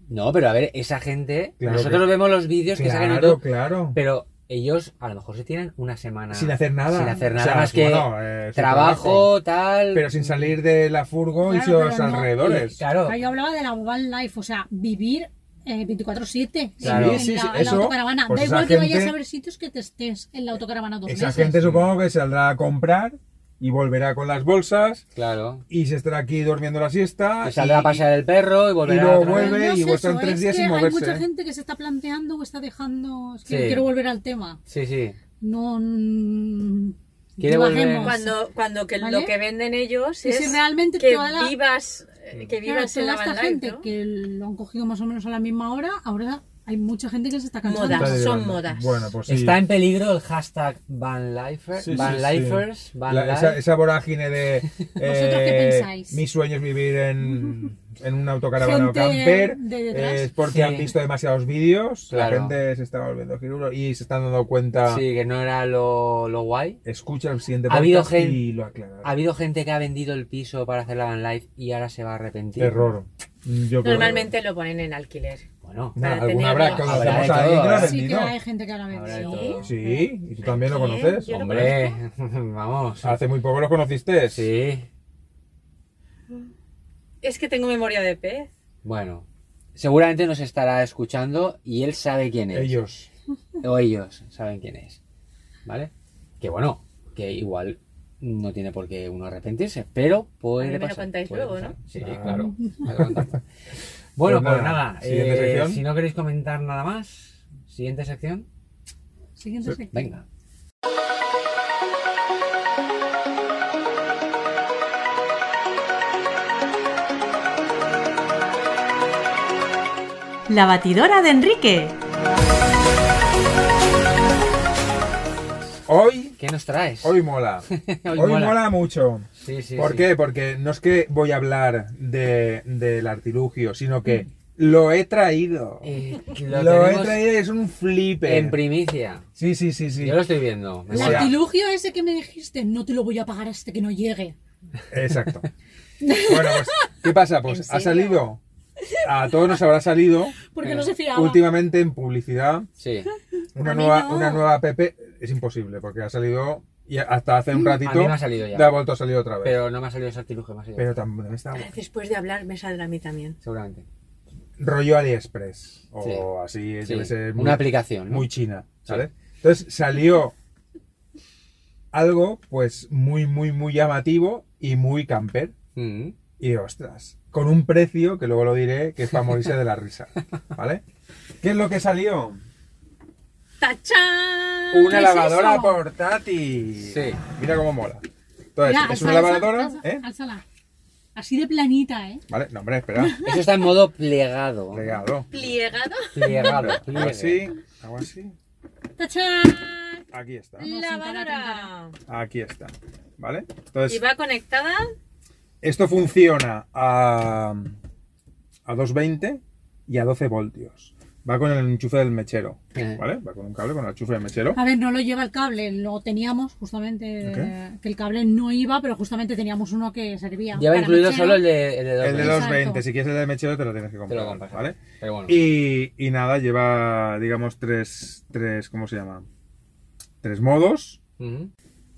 Speaker 3: No, pero a ver, esa gente,
Speaker 2: Claro
Speaker 3: nosotros
Speaker 2: que-
Speaker 3: vemos los vídeos que sacan en
Speaker 2: Claro,
Speaker 3: YouTube,
Speaker 2: claro.
Speaker 3: pero ellos a lo mejor se tienen una semana
Speaker 2: sin hacer nada.
Speaker 3: sin hacer
Speaker 2: O
Speaker 3: nada
Speaker 2: sea,
Speaker 3: más que
Speaker 2: bueno, eh, su
Speaker 3: trabajo, tal.
Speaker 2: Pero sin salir de la furgo y
Speaker 5: Claro,
Speaker 2: sus
Speaker 5: pero no.
Speaker 2: alrededores.
Speaker 3: Eh, Claro,
Speaker 5: Ah, Yo hablaba de la van life, o sea, vivir eh, 24-7
Speaker 3: Claro.
Speaker 5: en,
Speaker 2: Sí, sí,
Speaker 5: la,
Speaker 2: sí,
Speaker 5: en la
Speaker 2: eso,
Speaker 5: autocaravana.
Speaker 2: pues
Speaker 5: da
Speaker 2: esa
Speaker 5: igual que vayas
Speaker 2: gente-
Speaker 5: a ver sitios que te estés en la autocaravana dos
Speaker 2: Esa
Speaker 5: meses.
Speaker 2: gente supongo que saldrá a comprar y volverá con las bolsas
Speaker 3: Claro.
Speaker 2: y se estará aquí durmiendo la siesta.
Speaker 3: Y saldrá a pasear el perro y volverá
Speaker 2: Ah, y luego
Speaker 3: otra vez.
Speaker 2: vuelve
Speaker 5: Pero no
Speaker 2: y
Speaker 5: es
Speaker 2: vuelta en
Speaker 5: eso,
Speaker 2: tres
Speaker 5: es
Speaker 2: días
Speaker 5: que
Speaker 2: sin
Speaker 5: Hay
Speaker 2: moverse,
Speaker 5: mucha
Speaker 2: ¿eh?
Speaker 5: gente que se está planteando o está dejando. Es que
Speaker 3: Sí.
Speaker 5: quiero volver al tema.
Speaker 3: Sí, sí.
Speaker 5: No. mm,
Speaker 3: Quiere volver.
Speaker 5: divagemos.
Speaker 4: Cuando, cuando que
Speaker 5: ¿Vale?
Speaker 4: lo que venden ellos
Speaker 5: Que
Speaker 4: es
Speaker 5: si realmente
Speaker 4: que,
Speaker 5: toda la-
Speaker 4: vivas, eh, que
Speaker 5: Claro,
Speaker 4: vivas en
Speaker 5: toda
Speaker 4: la
Speaker 5: esta
Speaker 4: van
Speaker 5: gente
Speaker 4: life, ¿no?
Speaker 5: que lo han cogido más o menos a la misma hora, ahora hay mucha gente que se está cansando.
Speaker 4: Moda.
Speaker 2: Está
Speaker 4: Son
Speaker 2: llegando.
Speaker 4: modas.
Speaker 2: Bueno, pues sí.
Speaker 3: Está en peligro el hashtag vanlifer,
Speaker 2: Sí, sí,
Speaker 3: vanlifers,
Speaker 2: sí.
Speaker 3: van
Speaker 2: La-
Speaker 3: life.
Speaker 2: esa, esa vorágine de. eh,
Speaker 5: qué pensáis?
Speaker 2: Mi sueño es vivir en, en un autocaravana o
Speaker 5: Gente
Speaker 2: camper.
Speaker 5: de detrás.
Speaker 2: eh, es porque
Speaker 3: Sí.
Speaker 2: han visto demasiados vídeos. La
Speaker 3: Claro.
Speaker 2: gente se está volviendo giruro y se están dando cuenta.
Speaker 3: Sí, que no era lo, lo guay.
Speaker 2: Escucha el siguiente
Speaker 3: Ha habido
Speaker 2: podcast
Speaker 3: gen-
Speaker 2: y lo aclara.
Speaker 3: Ha habido gente que ha vendido el piso para hacer la vanlife y ahora se va a arrepentir.
Speaker 2: Terror. Yo creo-
Speaker 4: Normalmente lo ponen en alquiler.
Speaker 3: Bueno,
Speaker 2: No,
Speaker 4: para
Speaker 2: alguna
Speaker 4: tenerlo.
Speaker 2: habrá que
Speaker 4: Habrá
Speaker 3: de
Speaker 2: conocemos
Speaker 3: todo, ¿eh?
Speaker 2: ahí que lo ha
Speaker 3: habrá de
Speaker 5: Sí que
Speaker 2: vendido.
Speaker 5: hay gente que ahora
Speaker 3: ahora de
Speaker 5: vende.
Speaker 3: todo.
Speaker 2: Sí, y tú también lo
Speaker 4: ¿Quién?
Speaker 2: conoces.
Speaker 4: Yo no
Speaker 3: Hombre, vamos.
Speaker 2: Hace muy poco lo conociste.
Speaker 3: Sí.
Speaker 4: Es que tengo memoria de pez.
Speaker 3: Bueno, seguramente nos estará escuchando y él sabe quién es.
Speaker 2: Ellos.
Speaker 3: O ellos saben quién es. ¿Vale? Que bueno, que igual no tiene por qué uno arrepentirse, pero puede
Speaker 4: A mí me lo
Speaker 3: pasar,
Speaker 4: contáis
Speaker 3: puede
Speaker 4: luego,
Speaker 3: pasar.
Speaker 4: ¿no?
Speaker 3: Sí,
Speaker 2: Ah.
Speaker 3: claro. me lo contáis. bueno,
Speaker 2: Pues
Speaker 3: pues
Speaker 2: nada,
Speaker 3: nada.
Speaker 2: siguiente
Speaker 3: eh,
Speaker 2: sección.
Speaker 3: si no queréis comentar nada más, siguiente sección.
Speaker 5: Siguiente sección.
Speaker 3: Venga.
Speaker 6: La batidora de Enrique.
Speaker 2: Hoy,
Speaker 3: ¿Qué nos traes?
Speaker 2: hoy mola.
Speaker 3: Hoy
Speaker 2: hoy
Speaker 3: mola.
Speaker 2: mola mucho.
Speaker 3: Sí, sí,
Speaker 2: ¿Por
Speaker 3: sí.
Speaker 2: qué? Porque no es que voy a hablar de, del artilugio, sino que lo he traído.
Speaker 3: Eh,
Speaker 2: Lo,
Speaker 3: Mm. lo
Speaker 2: he
Speaker 3: tenemos
Speaker 2: traído, es un
Speaker 3: en
Speaker 2: flipper.
Speaker 3: primicia.
Speaker 2: Sí, sí, sí, sí.
Speaker 3: Yo lo estoy viendo. Me
Speaker 5: El
Speaker 2: La-
Speaker 3: mola.
Speaker 5: artilugio ese que me dijiste, no te lo voy a pagar hasta que no llegue.
Speaker 2: Exacto. bueno, pues, ¿qué pasa? Pues ha salido, a todos nos habrá salido
Speaker 5: Porque
Speaker 3: Eh,
Speaker 5: no se fiaba.
Speaker 2: últimamente en publicidad
Speaker 3: Sí.
Speaker 2: una
Speaker 5: A mí
Speaker 2: nueva,
Speaker 5: no.
Speaker 2: una nueva app. Es imposible, porque ha salido y hasta hace un ratito
Speaker 3: A mí me ha salido ya.
Speaker 2: la ha vuelto a salir otra vez.
Speaker 3: Pero no me ha salido el artilugio, me ha salido.
Speaker 2: Pero también está bueno.
Speaker 4: Después de hablar me saldrá a mí también.
Speaker 3: Seguramente.
Speaker 2: rollo AliExpress o
Speaker 3: Sí.
Speaker 2: así,
Speaker 3: Sí,
Speaker 2: debe ser
Speaker 3: una aplicación, ¿no?
Speaker 2: muy china, ¿sabes?
Speaker 3: Sí.
Speaker 2: Entonces salió algo pues muy muy muy llamativo y muy camper
Speaker 3: Mm.
Speaker 2: y ostras, con un precio que luego lo diré que es para morirse de la risa, ¿vale? ¿Qué es lo que salió?
Speaker 4: ¡Tachán!
Speaker 2: Una
Speaker 5: Mm, es
Speaker 2: lavadora
Speaker 5: eso?
Speaker 2: portátil.
Speaker 3: Sí.
Speaker 2: Mira cómo mola. Entonces,
Speaker 5: Mira,
Speaker 2: es
Speaker 5: alza,
Speaker 2: una
Speaker 5: alza,
Speaker 2: lavadora,
Speaker 5: alza,
Speaker 2: ¿eh?
Speaker 5: alzala. Así de planita, ¿eh?
Speaker 2: Vale, no hombre, espera,
Speaker 3: Eso está en modo plegado.
Speaker 2: regalo.
Speaker 4: ¿Pliegado?
Speaker 3: Plegado,
Speaker 2: Hago
Speaker 3: pliegue.
Speaker 2: así, hago así.
Speaker 5: ¡Tachán!
Speaker 2: Aquí está.
Speaker 4: ¡Lavadora!
Speaker 2: Aquí está. ¿Vale? Entonces,
Speaker 4: Y va conectada
Speaker 2: Esto funciona a, a 220 y a 12 voltios. Va con el enchufe del mechero,
Speaker 3: Ajá.
Speaker 2: ¿vale? Va con un cable con el enchufe del mechero.
Speaker 5: A ver, no lo lleva el cable, lo teníamos justamente,
Speaker 2: ¿El
Speaker 5: eh, que el cable no iba, pero justamente teníamos uno que servía.
Speaker 3: Lleva
Speaker 5: para
Speaker 3: incluido
Speaker 5: mechero.
Speaker 3: solo el de, el de dos
Speaker 2: El de
Speaker 3: veces.
Speaker 5: Exacto.
Speaker 2: 220, si quieres el del mechero te lo tienes que
Speaker 3: Ah, Te
Speaker 2: comprar,
Speaker 3: lo compras,
Speaker 2: ¿vale?
Speaker 3: Pero bueno.
Speaker 2: Y, y nada, lleva, digamos, tres, tres, ¿cómo se llama? Tres modos.
Speaker 3: Ujú.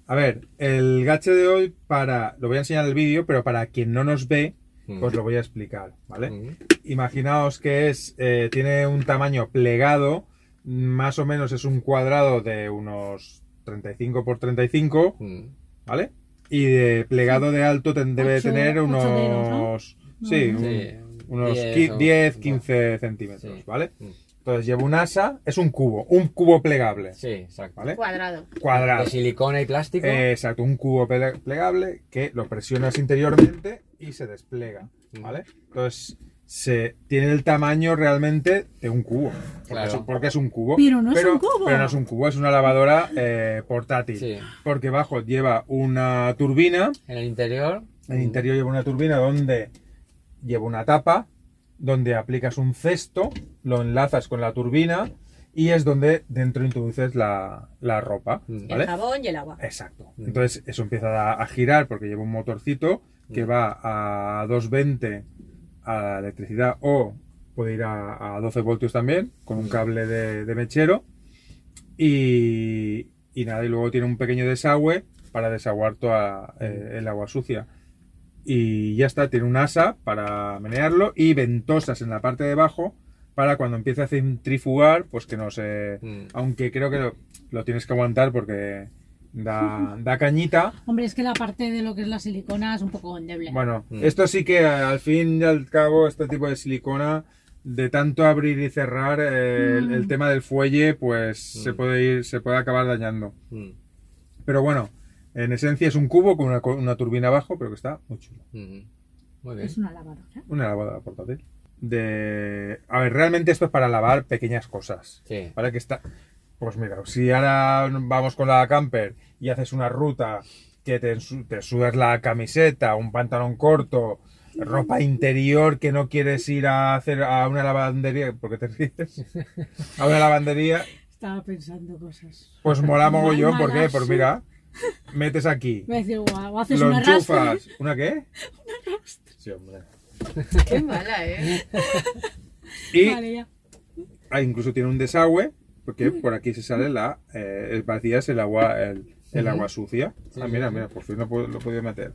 Speaker 2: A ver, el gache de hoy para, lo voy a enseñar en el vídeo, pero para quien no nos ve, pues lo voy a explicar, ¿vale?
Speaker 3: Ujú.
Speaker 2: imaginaos que es eh, tiene un tamaño plegado, más o menos es un cuadrado de unos 35 por 35,
Speaker 3: Ujú.
Speaker 2: ¿vale? Y de plegado de alto ten- debe
Speaker 5: Ocho-
Speaker 2: tener
Speaker 5: ocho
Speaker 2: unos
Speaker 5: dedos,
Speaker 2: sí, un-
Speaker 5: Ujú.
Speaker 3: Sí,
Speaker 2: unos
Speaker 3: diez
Speaker 2: qui-
Speaker 3: o-
Speaker 2: 10,
Speaker 3: bueno.
Speaker 2: 15 centímetros,
Speaker 3: Sí.
Speaker 2: ¿vale?
Speaker 3: Mm.
Speaker 2: Entonces lleva un asa, es un cubo, un cubo plegable,
Speaker 3: Sí, exacto.
Speaker 2: ¿vale?
Speaker 4: cuadrado.
Speaker 2: Cuadrado.
Speaker 3: De silicona y plástico.
Speaker 2: Eh, Exacto, un cubo pele- plegable que lo presionas interiormente y se despliega,
Speaker 3: Mm.
Speaker 2: ¿vale? Entonces, se tiene el tamaño realmente de un cubo, porque,
Speaker 3: Claro.
Speaker 2: es, un- porque es un cubo.
Speaker 5: Pero no es un cubo.
Speaker 2: pero no es un cubo, es una lavadora eh, portátil,
Speaker 3: Sí.
Speaker 2: porque bajo lleva una turbina,
Speaker 3: En el interior.
Speaker 2: el interior lleva una turbina donde lleva una tapa, donde aplicas un cesto, lo enlazas con la turbina y es donde dentro introduces la, la ropa,
Speaker 3: Mm.
Speaker 2: ¿vale?
Speaker 4: El jabón y el agua.
Speaker 2: Exacto.
Speaker 3: Mm.
Speaker 2: Entonces eso empieza a, a girar porque lleva un motorcito que va a 220 a electricidad o puede ir a, a 12 voltios también con un cable de, de mechero y, y nada, y luego tiene un pequeño desagüe para desaguar toda eh, el agua sucia. Y ya está, tiene un asa para menearlo y ventosas en la parte de abajo para cuando empiece a centrifugar, pues que no se...
Speaker 3: Mm.
Speaker 2: Aunque creo que lo, lo tienes que aguantar porque da, da cañita.
Speaker 5: Hombre, es que la parte de lo que es la silicona es un poco endeble.
Speaker 2: Bueno,
Speaker 3: Mm.
Speaker 2: esto sí que al fin y al cabo, este tipo de silicona, de tanto abrir y cerrar eh, el, el tema del fuelle, pues se puede ir, se puede acabar dañando.
Speaker 3: Mm,
Speaker 2: Pero bueno, en esencia es un cubo con una, co- una turbina abajo, pero que está muy chulo.
Speaker 3: mm. Muy bien.
Speaker 5: es una lavadora.
Speaker 2: Una lavadora portátil. De... A ver, realmente esto es para lavar pequeñas cosas.
Speaker 3: Sí.
Speaker 2: Para que está... Pues mira, si ahora vamos con la camper y haces una ruta que te, ensu- te sudas la camiseta, un pantalón corto, ropa interior que no quieres ir a hacer a una lavandería, ¿por qué te ríes? A una lavandería,
Speaker 5: Estaba pensando cosas.
Speaker 2: pues mola mogollón, ¿por qué?
Speaker 5: Malazo.
Speaker 2: Pues mira, metes aquí,
Speaker 5: Voy a decir, guau, haces
Speaker 2: lo
Speaker 5: una rastra.
Speaker 2: enchufas, ¿una qué? Sí, hombre.
Speaker 4: Qué mala, ¿eh?
Speaker 2: Y
Speaker 5: Vale, ya.
Speaker 2: Ah, incluso tiene un desagüe, porque por aquí se sale la eh, el vacías el agua el, el agua sucia. ah, mira, mira, por fin lo, puedo- lo he podido meter.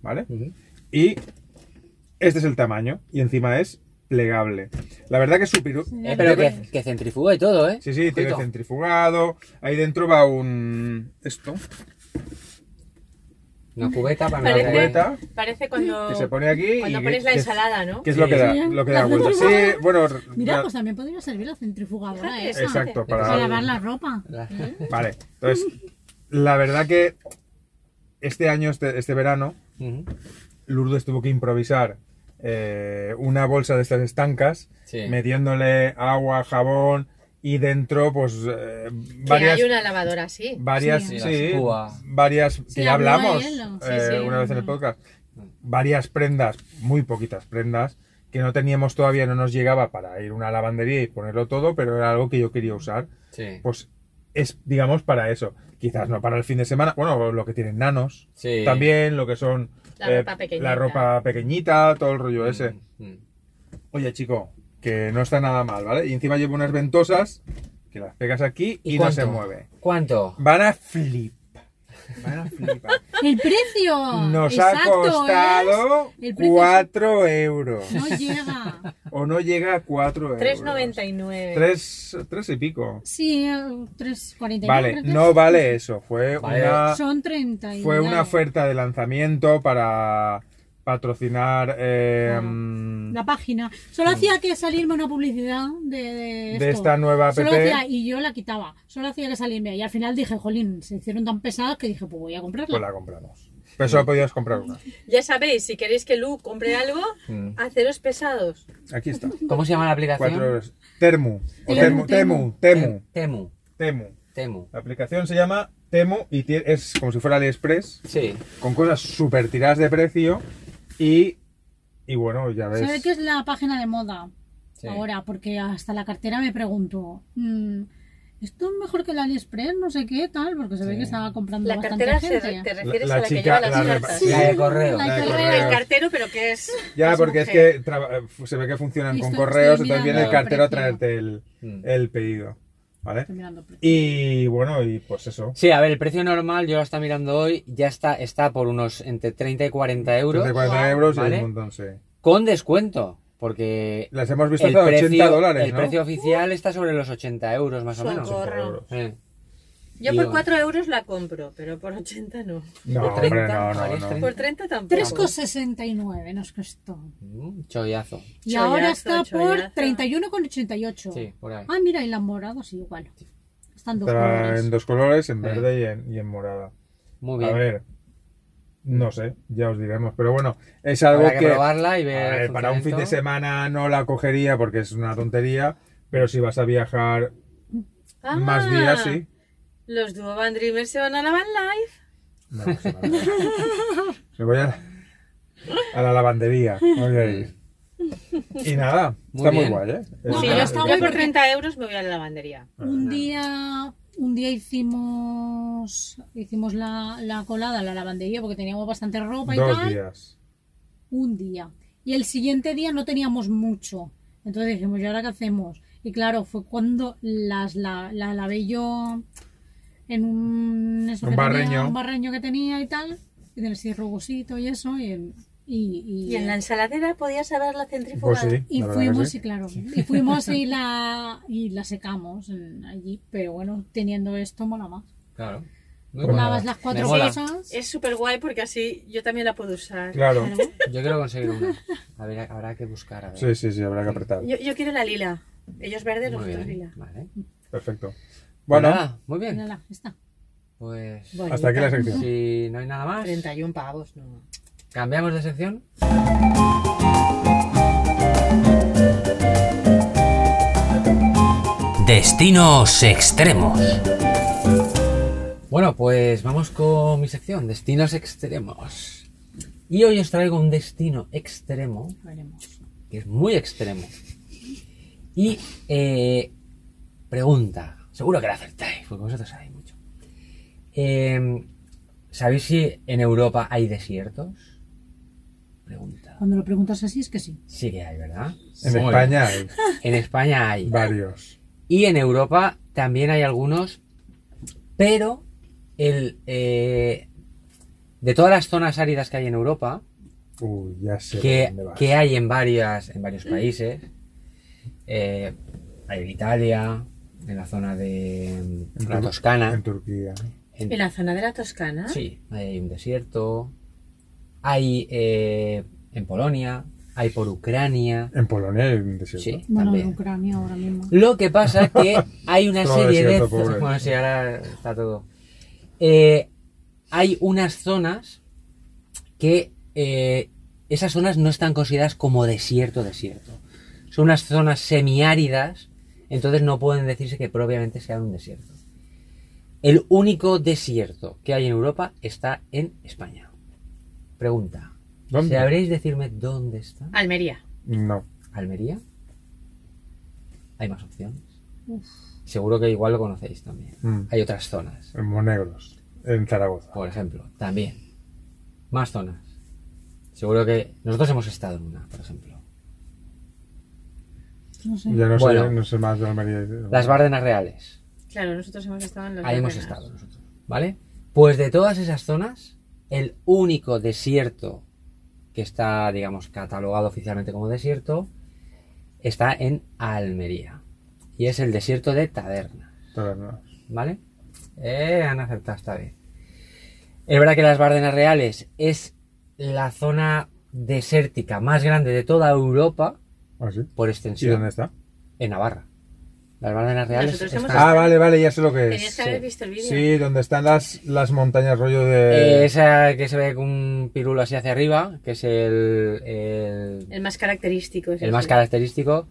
Speaker 2: ¿Vale?
Speaker 3: Ujú.
Speaker 2: Y este es el tamaño, y encima es plegable. La verdad que es súper.
Speaker 3: Eh, pero que, que centrifuga y todo, ¿eh?
Speaker 2: Sí, sí, tiene
Speaker 3: Ojito.
Speaker 2: centrifugado. Ahí dentro va un. Esto.
Speaker 3: Una cubeta para
Speaker 2: Una
Speaker 3: meter-
Speaker 4: Parece,
Speaker 2: cubeta
Speaker 4: parece cuando,
Speaker 2: que se pone aquí.
Speaker 4: cuando
Speaker 2: y
Speaker 4: pones la
Speaker 2: que-
Speaker 4: ensalada, ¿no?
Speaker 2: Que es lo que
Speaker 3: Sí.
Speaker 2: da, lo que da
Speaker 5: La
Speaker 2: vuelta. Sí,
Speaker 5: centrifuga.
Speaker 2: bueno.
Speaker 5: Mira,
Speaker 2: la-
Speaker 5: pues también podría servir la centrifugadora
Speaker 4: Fíjate,
Speaker 5: esa.
Speaker 2: exacto, para-
Speaker 5: Para lavar la ropa.
Speaker 3: La-
Speaker 2: Vale, entonces, la verdad que este año, este, este verano,
Speaker 5: ¿Mm?
Speaker 3: Ujú.
Speaker 2: Lourdes tuvo que improvisar eh, una bolsa de estas estancas,
Speaker 3: Sí.
Speaker 2: metiéndole agua, jabón y dentro, pues, eh,
Speaker 4: Que
Speaker 2: varias...
Speaker 4: hay una lavadora así.
Speaker 2: Varias,
Speaker 5: Sí.
Speaker 2: sí,
Speaker 3: Las púas.
Speaker 2: varias, que ya
Speaker 5: habló
Speaker 2: hablamos
Speaker 5: de ello.
Speaker 2: eh,
Speaker 4: Sí, sí,
Speaker 2: una vez en el
Speaker 5: no.
Speaker 2: podcast, varias prendas, muy poquitas prendas, que no teníamos todavía, no nos llegaba para ir a una lavandería y ponerlo todo, pero era algo que yo quería usar
Speaker 3: Sí.
Speaker 2: pues es, digamos, para eso. Quizás no para el fin de semana, bueno, lo que tienen nanos,
Speaker 3: Sí.
Speaker 2: también lo que son eh,
Speaker 4: La ropa pequeñita.
Speaker 2: la ropa pequeñita, todo el rollo ese.
Speaker 3: Mm, mm.
Speaker 2: Oye, chico, que no está nada mal, ¿vale? Y encima llevo unas ventosas que las pegas aquí y, no
Speaker 3: cuánto?
Speaker 2: se mueve.
Speaker 3: ¿Cuánto?
Speaker 2: Van a flip. Van a flipar.
Speaker 5: El precio.
Speaker 2: Nos ha
Speaker 5: exacto,
Speaker 2: costado
Speaker 5: es- el precio
Speaker 2: 4 euros.
Speaker 5: es- No llega.
Speaker 2: O no llega a 4 euros.
Speaker 4: 3,99.
Speaker 2: 3, 3 y pico.
Speaker 5: Sí, eh, 3.49.
Speaker 2: Vale,
Speaker 5: creo que
Speaker 2: no
Speaker 5: es.
Speaker 2: vale eso. Fue
Speaker 3: Vale.
Speaker 2: una.
Speaker 5: Son 30. y
Speaker 2: Fue una
Speaker 5: nada.
Speaker 2: oferta de lanzamiento para patrocinar eh,
Speaker 5: Ah,
Speaker 2: mm,
Speaker 5: La página. Solo hacía que salirme una publicidad de, de esto.
Speaker 2: de esta nueva app.
Speaker 5: Solo hacía, y yo la quitaba. Solo hacía que salirme. Y al final dije, jolín, se hicieron tan pesadas que dije, pues voy a comprarla.
Speaker 2: Pues la compramos. Pero solo podías comprar una.
Speaker 4: Ya sabéis, si queréis que Lu compre algo,
Speaker 3: Mm.
Speaker 4: haceros pesados.
Speaker 2: Aquí está.
Speaker 3: ¿Cómo se llama la aplicación?
Speaker 2: Cuatro euros. Termu. O Temu.
Speaker 5: Temu,
Speaker 2: Temu. Temu.
Speaker 3: Tem- Temu.
Speaker 2: Temu.
Speaker 3: Temu.
Speaker 2: La aplicación se llama Temu y tie- es como si fuera AliExpress
Speaker 3: Sí.
Speaker 2: con cosas súper tiradas de precio y, y bueno, ya Pues ves.
Speaker 5: ¿Sabes qué es la página de moda
Speaker 3: Sí.
Speaker 5: ahora? Porque hasta la cartera me preguntó, mm, ¿esto es mejor que el AliExpress? No sé qué, tal, porque se ve
Speaker 3: Sí.
Speaker 5: que estaba comprando
Speaker 4: La
Speaker 5: bastante
Speaker 4: cartera se,
Speaker 5: gente.
Speaker 4: te refieres
Speaker 2: La-
Speaker 4: a
Speaker 2: la
Speaker 4: la
Speaker 2: chica-
Speaker 4: que lleva
Speaker 2: la
Speaker 4: las
Speaker 2: repa-
Speaker 4: cartas.
Speaker 3: La de correo.
Speaker 5: La
Speaker 2: La de
Speaker 5: de
Speaker 2: correo.
Speaker 4: El cartero, pero que es.
Speaker 2: Ya,
Speaker 4: es
Speaker 2: porque es
Speaker 4: mujer.
Speaker 2: que traba- eh, se ve que funcionan
Speaker 5: Y
Speaker 2: con
Speaker 5: estoy-
Speaker 2: correos,
Speaker 5: estoy
Speaker 2: entonces viene el
Speaker 5: mirando el
Speaker 2: cartero a
Speaker 5: precio.
Speaker 2: traerte el,
Speaker 3: Mm.
Speaker 2: el pedido. ¿Vale?
Speaker 5: Estoy mirando el precio.
Speaker 2: Y bueno, y pues eso.
Speaker 3: Sí, a ver, el precio normal, yo lo estaba mirando hoy, ya está, está por unos entre 30 y 40 euros
Speaker 2: 30, 40 euros y
Speaker 3: ¿Vale?
Speaker 2: un montón, sí.
Speaker 3: con descuento, porque
Speaker 2: Las hemos visto
Speaker 3: el
Speaker 2: hasta 80
Speaker 3: precio,
Speaker 2: dólares,
Speaker 3: el
Speaker 2: ¿no?
Speaker 3: precio oficial está sobre los 80 euros más o menos.
Speaker 4: Socorro.
Speaker 2: euros.
Speaker 3: Eh,
Speaker 4: Yo
Speaker 3: Yo-
Speaker 4: por 4 euros la compro, pero por 80 no.
Speaker 2: No,
Speaker 3: Por
Speaker 2: hombre,
Speaker 3: 30,
Speaker 2: no, no,
Speaker 3: vale,
Speaker 2: no.
Speaker 3: 30.
Speaker 4: Por 30 tampoco.
Speaker 5: 3,69 nos costó.
Speaker 3: mm, chollazo.
Speaker 5: Y
Speaker 4: Chollazo,
Speaker 5: ahora está
Speaker 4: chollazo.
Speaker 5: por 31,88.
Speaker 3: Sí, por ahí.
Speaker 5: Ah, mira, y las moradas sí, igual. Están dos
Speaker 2: Está
Speaker 5: colores.
Speaker 2: en dos colores, en
Speaker 3: Sí.
Speaker 2: verde y en, y en morada.
Speaker 3: Muy
Speaker 2: A
Speaker 3: bien.
Speaker 2: ver, no sé, ya os diremos. Pero bueno, es algo
Speaker 3: Habrá que, eh,
Speaker 2: que,
Speaker 3: probarla y
Speaker 2: a
Speaker 3: ver.
Speaker 2: ver,
Speaker 3: el
Speaker 2: para un fin de
Speaker 3: funcionamiento.
Speaker 2: semana no la cogería porque es una tontería. Pero si vas a viajar
Speaker 4: Ah,
Speaker 2: más días, sí.
Speaker 4: Los Duo Band Dreamers se van a la Van Life.
Speaker 2: No, no se va a ver. Me voy a la, a la lavandería. voy a ir. Y nada,
Speaker 3: Mm. Muy
Speaker 2: está muy
Speaker 3: bien.
Speaker 2: guay, ¿eh?
Speaker 5: No,
Speaker 2: Es-
Speaker 4: sí,
Speaker 5: pero
Speaker 4: yo
Speaker 5: está
Speaker 4: yo
Speaker 5: guay
Speaker 4: por
Speaker 5: porque-
Speaker 4: 30 euros me voy a la lavandería.
Speaker 5: Un día, un día hicimos, hicimos la, la colada, la lavandería, porque teníamos bastante ropa y
Speaker 2: Dos
Speaker 5: tal.
Speaker 2: días.
Speaker 5: Un día. Y el siguiente día no teníamos mucho. Entonces dijimos, ¿y ahora qué hacemos? Y claro, fue cuando las la, la lavé yo en un, eso
Speaker 2: Un
Speaker 5: que tenía,
Speaker 2: barreño.
Speaker 5: un barreño que tenía y tal, y del así rugosito y eso, y, en- y, y-
Speaker 4: Y en la ensaladera podías haber la
Speaker 2: Pues
Speaker 4: centrifugada.
Speaker 2: sí.
Speaker 5: y
Speaker 2: la verdad que
Speaker 5: fuimos,
Speaker 2: sí.
Speaker 5: y claro, y fuimos y la, y la secamos en- allí, pero bueno, teniendo esto mola más.
Speaker 3: Claro. Muy
Speaker 2: Pues
Speaker 5: Lavas
Speaker 2: nada,
Speaker 5: las
Speaker 3: me
Speaker 5: cuatro
Speaker 3: mola.
Speaker 5: cosas.
Speaker 4: Es súper guay porque así yo también la puedo usar.
Speaker 2: Claro.
Speaker 3: Yo quiero conseguir una. A ver, habrá que buscar. A ver.
Speaker 2: Sí, sí, sí, habrá que apretar.
Speaker 4: Yo, yo quiero la lila. Ellos verdes,
Speaker 3: Muy
Speaker 4: nosotros
Speaker 3: bien.
Speaker 4: lila.
Speaker 3: Vale.
Speaker 2: Perfecto.
Speaker 3: Bueno,
Speaker 2: Bueno,
Speaker 3: muy bien.
Speaker 5: Mírala, está.
Speaker 3: Pues
Speaker 2: hasta aquí la sección.
Speaker 3: si no hay nada más,
Speaker 4: 31 pavos, no.
Speaker 3: cambiamos de sección.
Speaker 7: Destinos extremos.
Speaker 3: Bueno, pues vamos con mi sección, destinos extremos. Y hoy os traigo un destino extremo,
Speaker 5: Veremos.
Speaker 3: que es muy extremo. Y eh, pregunta, seguro que la acertáis, porque vosotros sabéis mucho. Eh, ¿Sabéis si en Europa hay desiertos? Pregunta.
Speaker 5: Cuando lo preguntas así es que sí.
Speaker 3: Sí que hay, ¿verdad?
Speaker 2: en
Speaker 3: Muy
Speaker 2: España hay
Speaker 3: bien. En España hay.
Speaker 2: varios.
Speaker 3: Y en Europa también hay algunos, pero el, eh, de todas las zonas áridas que hay en Europa,
Speaker 2: Uy, ya sé por
Speaker 3: que,
Speaker 2: dónde vas.
Speaker 3: que hay en, varias, en varios países, eh, hay en Italia, en la zona de
Speaker 2: En
Speaker 3: la
Speaker 2: Tur-
Speaker 3: Toscana,
Speaker 2: En Turquía.
Speaker 3: en-
Speaker 4: En la zona de la Toscana,
Speaker 3: sí, hay un desierto, hay eh, en Polonia, hay por Ucrania,
Speaker 2: En Polonia hay un desierto.
Speaker 3: sí,
Speaker 5: Bueno,
Speaker 3: también.
Speaker 5: en Ucrania ahora mismo.
Speaker 3: Lo que pasa que hay una
Speaker 2: Todo
Speaker 3: serie de...
Speaker 2: desierto, pobre.
Speaker 3: Bueno, sí, ahora está todo. Eh, hay unas zonas que eh, esas zonas no están consideradas como desierto, desierto. Son unas zonas semiáridas, entonces no pueden decirse que propiamente sea un desierto. El único desierto que hay en Europa está en España. Pregunta.
Speaker 2: ¿Dónde?
Speaker 3: ¿Sabréis decirme dónde está?
Speaker 4: Almería.
Speaker 2: No.
Speaker 3: Almería. Hay más opciones. Seguro que igual lo conocéis también.
Speaker 2: Mm.
Speaker 3: Hay otras zonas.
Speaker 2: En Monegros. En Zaragoza.
Speaker 3: Por ejemplo, también. Más zonas. Seguro que nosotros hemos estado en una, por ejemplo.
Speaker 5: No sé.
Speaker 2: Ya no sé,
Speaker 3: Bueno.
Speaker 2: no sé más de Almería.
Speaker 3: Las Bárdenas Reales.
Speaker 4: Claro, nosotros hemos estado en los
Speaker 3: Ahí hemos
Speaker 4: Bárdenas.
Speaker 3: estado nosotros. ¿Vale? Pues de todas esas zonas, el único desierto que está, digamos, catalogado oficialmente como desierto está en Almería. Y es el desierto de Tabernas.
Speaker 2: Tabernas.
Speaker 3: ¿Vale? Eh, han acertado esta vez. Es verdad que las Bardenas Reales es la zona desértica más grande de toda Europa
Speaker 2: ¿Ah, sí?
Speaker 3: por
Speaker 2: ¿Y dónde
Speaker 3: extensión.
Speaker 2: está?
Speaker 3: En Navarra. Las Bardenas Reales
Speaker 4: Nosotros
Speaker 3: están-
Speaker 4: hemos
Speaker 2: Ah, vale, vale, ya sé lo que
Speaker 4: Tenías
Speaker 2: es.
Speaker 4: que haber visto el vídeo.
Speaker 2: Sí, donde están las, las montañas rollo de...
Speaker 3: Eh, esa que se ve con un pirulo así hacia arriba, que es el, el,
Speaker 4: El más característico. es
Speaker 3: el
Speaker 4: ese.
Speaker 3: más característico,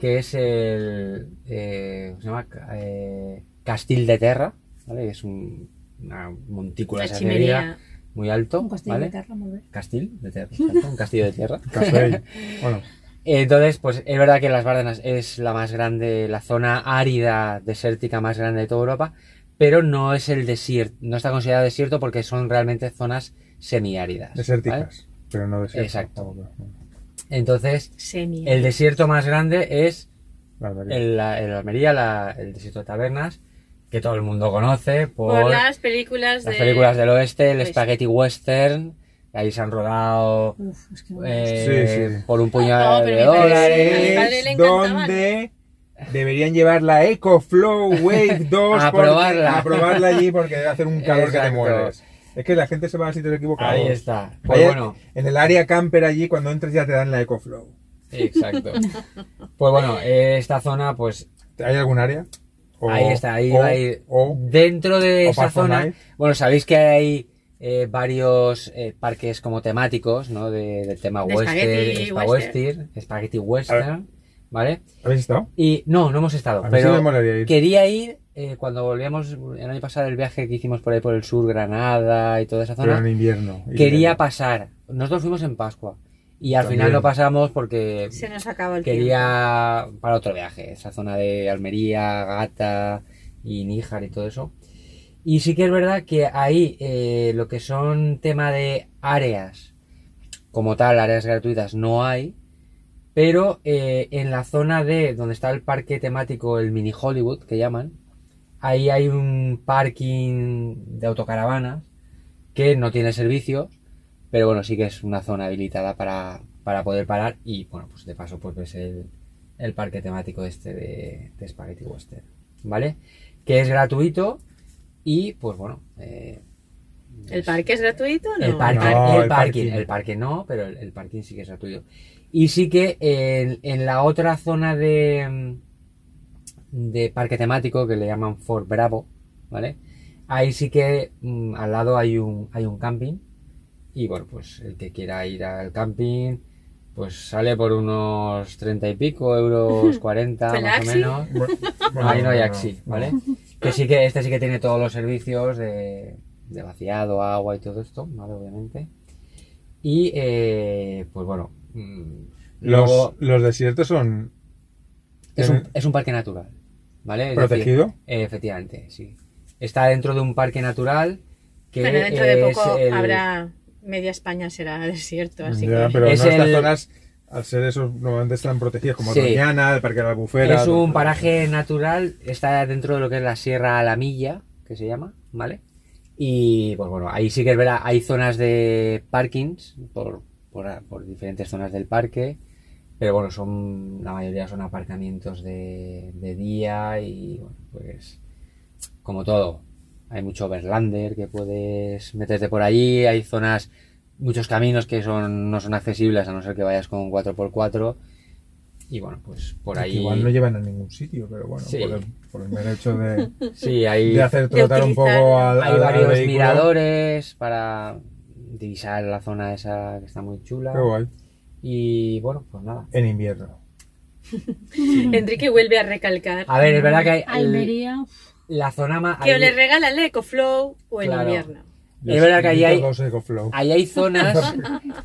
Speaker 3: que es el eh, ¿cómo se llama? Ca- eh, Castil de Terra, ¿vale? Es un, una montícula
Speaker 4: La
Speaker 3: esa
Speaker 4: chimenea.
Speaker 3: muy alto,
Speaker 5: Un castillo
Speaker 3: ¿vale?
Speaker 5: de tierra, muy bien.
Speaker 3: Castil de tierra, exacto, un castillo de tierra.
Speaker 2: Café. bueno,
Speaker 3: Entonces, pues es verdad que Las Bárdenas es la más grande, la zona árida, desértica más grande de toda Europa, pero no es el desierto, no está considerado desierto porque son realmente zonas semiáridas. ¿vale?
Speaker 2: desérticas. Pero no desierto.
Speaker 3: Exacto.
Speaker 2: Tampoco.
Speaker 3: Entonces,
Speaker 4: Semi.
Speaker 3: el desierto más grande es
Speaker 2: La Almería.
Speaker 3: el, la- el Almería, la- el desierto de Tabernas, que todo el mundo conoce por,
Speaker 4: Por las películas de...
Speaker 3: las películas del oeste, el
Speaker 4: Oeste.
Speaker 3: spaghetti western, ahí se han rodado
Speaker 5: Uf, es que no.
Speaker 3: eh,
Speaker 2: Sí, sí.
Speaker 3: por un puñado
Speaker 4: Ah, No, pero
Speaker 3: de
Speaker 4: mi padre-
Speaker 3: dólares.
Speaker 4: a mi padre le
Speaker 2: es
Speaker 4: encantaban.
Speaker 2: donde deberían llevar la EcoFlow Wave 2
Speaker 3: A
Speaker 2: porque-
Speaker 3: probarla.
Speaker 2: a probarla allí porque debe hacer un calor que te
Speaker 3: Exacto.
Speaker 2: mueres. Es que la gente se va a sitios equivocados.
Speaker 3: Ahí está. Pues
Speaker 2: Ahí-
Speaker 3: bueno,
Speaker 2: En el área camper allí cuando entres ya te dan la EcoFlow.
Speaker 3: exacto. Pues bueno, eh, esta zona, pues
Speaker 2: ¿Hay algún área? O-
Speaker 3: ahí está, ahí
Speaker 2: o-
Speaker 3: va a ir.
Speaker 2: o-
Speaker 3: Dentro de
Speaker 2: o
Speaker 3: esa zona,
Speaker 2: Pathfinder.
Speaker 3: bueno, sabéis que hay eh, varios eh, parques como temáticos, ¿no? De- del tema
Speaker 4: De
Speaker 3: western,
Speaker 4: espagueti
Speaker 3: spa
Speaker 4: western.
Speaker 3: western, spaghetti western, ¿vale?
Speaker 2: ¿Habéis estado?
Speaker 3: Y no, no hemos estado,
Speaker 2: A mí sí
Speaker 3: pero
Speaker 2: me molaría ir.
Speaker 3: quería ir eh, cuando volvíamos el año pasado el viaje que hicimos por ahí por el sur, Granada y toda esa
Speaker 2: Pero
Speaker 3: zona.
Speaker 2: en invierno. Y-
Speaker 3: quería pasar. Nosotros fuimos en Pascua y al
Speaker 2: También.
Speaker 3: final no pasamos porque
Speaker 4: Se nos acaba el
Speaker 3: quería para otro viaje, esa zona de Almería, Gata y Níjar y todo eso. Y sí que es verdad que ahí eh, lo que son tema de áreas, como tal, áreas gratuitas no hay, pero eh, en la zona de donde está el parque temático, el mini Hollywood que llaman, ahí hay un parking de autocaravanas que no tiene servicio, pero bueno, sí que es una zona habilitada para, para poder parar y bueno, pues de paso pues ves el, el parque temático este de, de Spaghetti Western, ¿vale? Que es gratuito Y pues bueno. eh,
Speaker 4: ¿El
Speaker 3: es-
Speaker 4: parque es gratuito o no?
Speaker 3: El, par-
Speaker 2: No,
Speaker 3: el
Speaker 2: el
Speaker 3: parking,
Speaker 2: parking.
Speaker 3: el parque no, pero el, el parking sí que es gratuito. Y sí que en, en la otra zona de, de parque temático que le llaman Fort Bravo, ¿vale? Ahí sí que mm, al lado hay un, hay un camping. Y bueno, pues el que quiera ir al camping, pues sale por unos 30 y pico euros, 40
Speaker 4: ¿Con
Speaker 3: más o
Speaker 4: Axi?
Speaker 3: menos.
Speaker 2: Bueno,
Speaker 3: No, ahí no hay
Speaker 2: no,
Speaker 3: Axi,
Speaker 2: no.
Speaker 3: ¿vale? Que sí que este sí que tiene todos los servicios de, de vaciado, agua y todo esto, ¿vale? Obviamente. Y, eh, pues bueno, mm,
Speaker 2: Los,
Speaker 3: luego
Speaker 2: los desiertos son
Speaker 3: es un, es un parque natural, ¿vale? Es decir,
Speaker 2: protegidos.
Speaker 3: eh, efectivamente, sí. Está dentro de un parque natural que
Speaker 4: Bueno, dentro de
Speaker 3: es
Speaker 4: poco
Speaker 3: el-
Speaker 4: habrá media España será desierto, así
Speaker 2: Ya,
Speaker 4: que
Speaker 2: pero
Speaker 3: Es
Speaker 2: no, estas
Speaker 3: el-
Speaker 2: zonas, al ser esos, normalmente están protegidas, como
Speaker 3: Sí.
Speaker 2: Doñana, el Parque de la Albufera.
Speaker 3: Es
Speaker 2: todo eso.
Speaker 3: un paraje natural, está dentro de lo que es la Sierra a la Milla, que se llama, ¿vale? Y pues bueno, ahí sí que es verdad, hay zonas de parkings por, por, por diferentes zonas del parque, pero bueno, son la mayoría son aparcamientos de, de día y bueno, pues como todo, hay mucho overlander que puedes meterte por allí, hay zonas, muchos caminos que son no son accesibles a no ser que vayas con 4x4 y bueno, pues por
Speaker 2: Que
Speaker 3: ahí...
Speaker 2: Igual no llevan a ningún sitio, pero bueno,
Speaker 3: Sí.
Speaker 2: por, el, por el mero hecho de,
Speaker 3: Sí, hay,
Speaker 2: de hacer
Speaker 4: De
Speaker 2: trotar un
Speaker 4: utilizar-
Speaker 2: poco al,
Speaker 3: hay
Speaker 2: al- al
Speaker 3: varios
Speaker 2: vehículo.
Speaker 3: miradores para divisar la zona esa que está muy chula.
Speaker 2: Qué guay.
Speaker 3: Y bueno, pues nada.
Speaker 2: En invierno.
Speaker 4: Enrique vuelve a recalcar
Speaker 3: A ver, es verdad que hay-
Speaker 5: Almería,
Speaker 3: la zona más...
Speaker 4: que o
Speaker 3: ahí-
Speaker 4: le regala el EcoFlow o el
Speaker 3: Claro.
Speaker 4: invierno.
Speaker 2: Yo
Speaker 3: Es verdad que ahí
Speaker 2: invito
Speaker 3: hay-
Speaker 2: dos EcoFlow.
Speaker 3: Ahí hay zonas,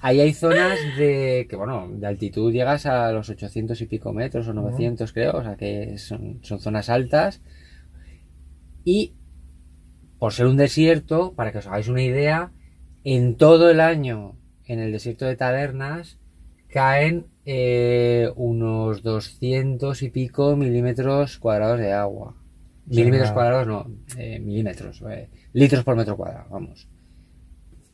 Speaker 3: ahí hay zonas de que bueno, de altitud llegas a los 800 y pico metros o 900 creo, o sea que son, son zonas altas. Y por ser un desierto, para que os hagáis una idea, en todo el año en el desierto de Tabernas caen eh, unos 200 y pico milímetros cuadrados de agua.
Speaker 2: O sea,
Speaker 3: Milímetros
Speaker 2: nada.
Speaker 3: cuadrados, no, eh, milímetros, eh, litros por metro cuadrado, vamos.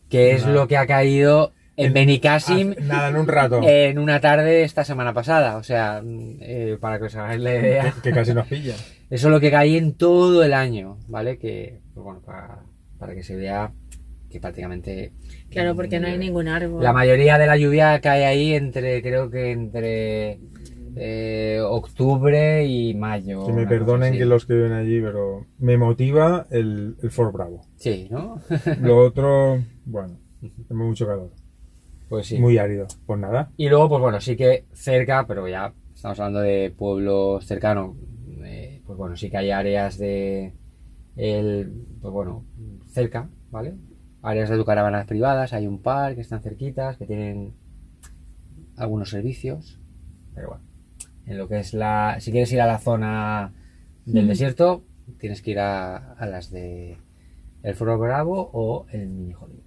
Speaker 3: Que es
Speaker 2: Nada.
Speaker 3: lo que ha caído en
Speaker 2: En-
Speaker 3: Benicassim
Speaker 2: Ah, nada, en un rato.
Speaker 3: en una tarde esta semana pasada. O sea, mm, eh, para que os hagáis la idea.
Speaker 2: que, que casi nos pilla.
Speaker 3: Eso es lo que caí en todo el año, ¿vale? Que, pues bueno, para, para que se vea que prácticamente... eh,
Speaker 4: Claro, porque no hay ningún árbol.
Speaker 3: La mayoría de la lluvia cae ahí entre, creo que entre eh, octubre y mayo.
Speaker 2: Que me
Speaker 3: una cosa
Speaker 2: perdonen
Speaker 3: así.
Speaker 2: que los que viven allí, pero me motiva el, el Fort Bravo.
Speaker 3: Sí, ¿no?
Speaker 2: Lo otro, bueno, tengo mucho calor.
Speaker 3: Pues sí.
Speaker 2: Muy árido. Pues nada,
Speaker 3: Y luego, pues bueno, sí que cerca, pero ya estamos hablando de pueblos cercanos, eh, pues bueno, sí que hay áreas de, el, pues bueno, cerca, ¿vale? Áreas de caravanas privadas, hay un par que están cerquitas, que tienen algunos servicios, pero bueno, en lo que es la, si quieres ir a la zona del desierto, tienes que ir a, a las de el Foro Bravo o el Mini Hollywood.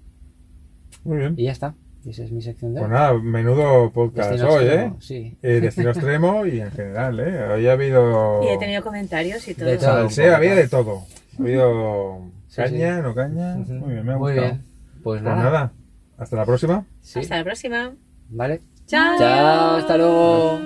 Speaker 2: muy bien.
Speaker 3: Y ya está, y esa es mi sección de
Speaker 2: Pues
Speaker 3: hoy.
Speaker 2: nada, menudo podcast
Speaker 3: Destino
Speaker 2: hoy, ¿eh?
Speaker 3: extremo, sí.
Speaker 2: Eh, Destino extremo y en general, ¿eh? Hoy ha habido.
Speaker 4: Y he tenido comentarios y todo.
Speaker 3: De todo.
Speaker 2: Salseo, había de todo. Ha habido
Speaker 3: Sí,
Speaker 2: caña, no caña.
Speaker 3: Ujú.
Speaker 2: Muy bien, me ha
Speaker 3: Muy
Speaker 2: gustado.
Speaker 3: bien. Pues
Speaker 2: Pues
Speaker 3: nada.
Speaker 2: nada, hasta la próxima.
Speaker 3: Sí.
Speaker 4: Hasta la próxima.
Speaker 3: Vale.
Speaker 4: Chao.
Speaker 3: Chao, hasta luego.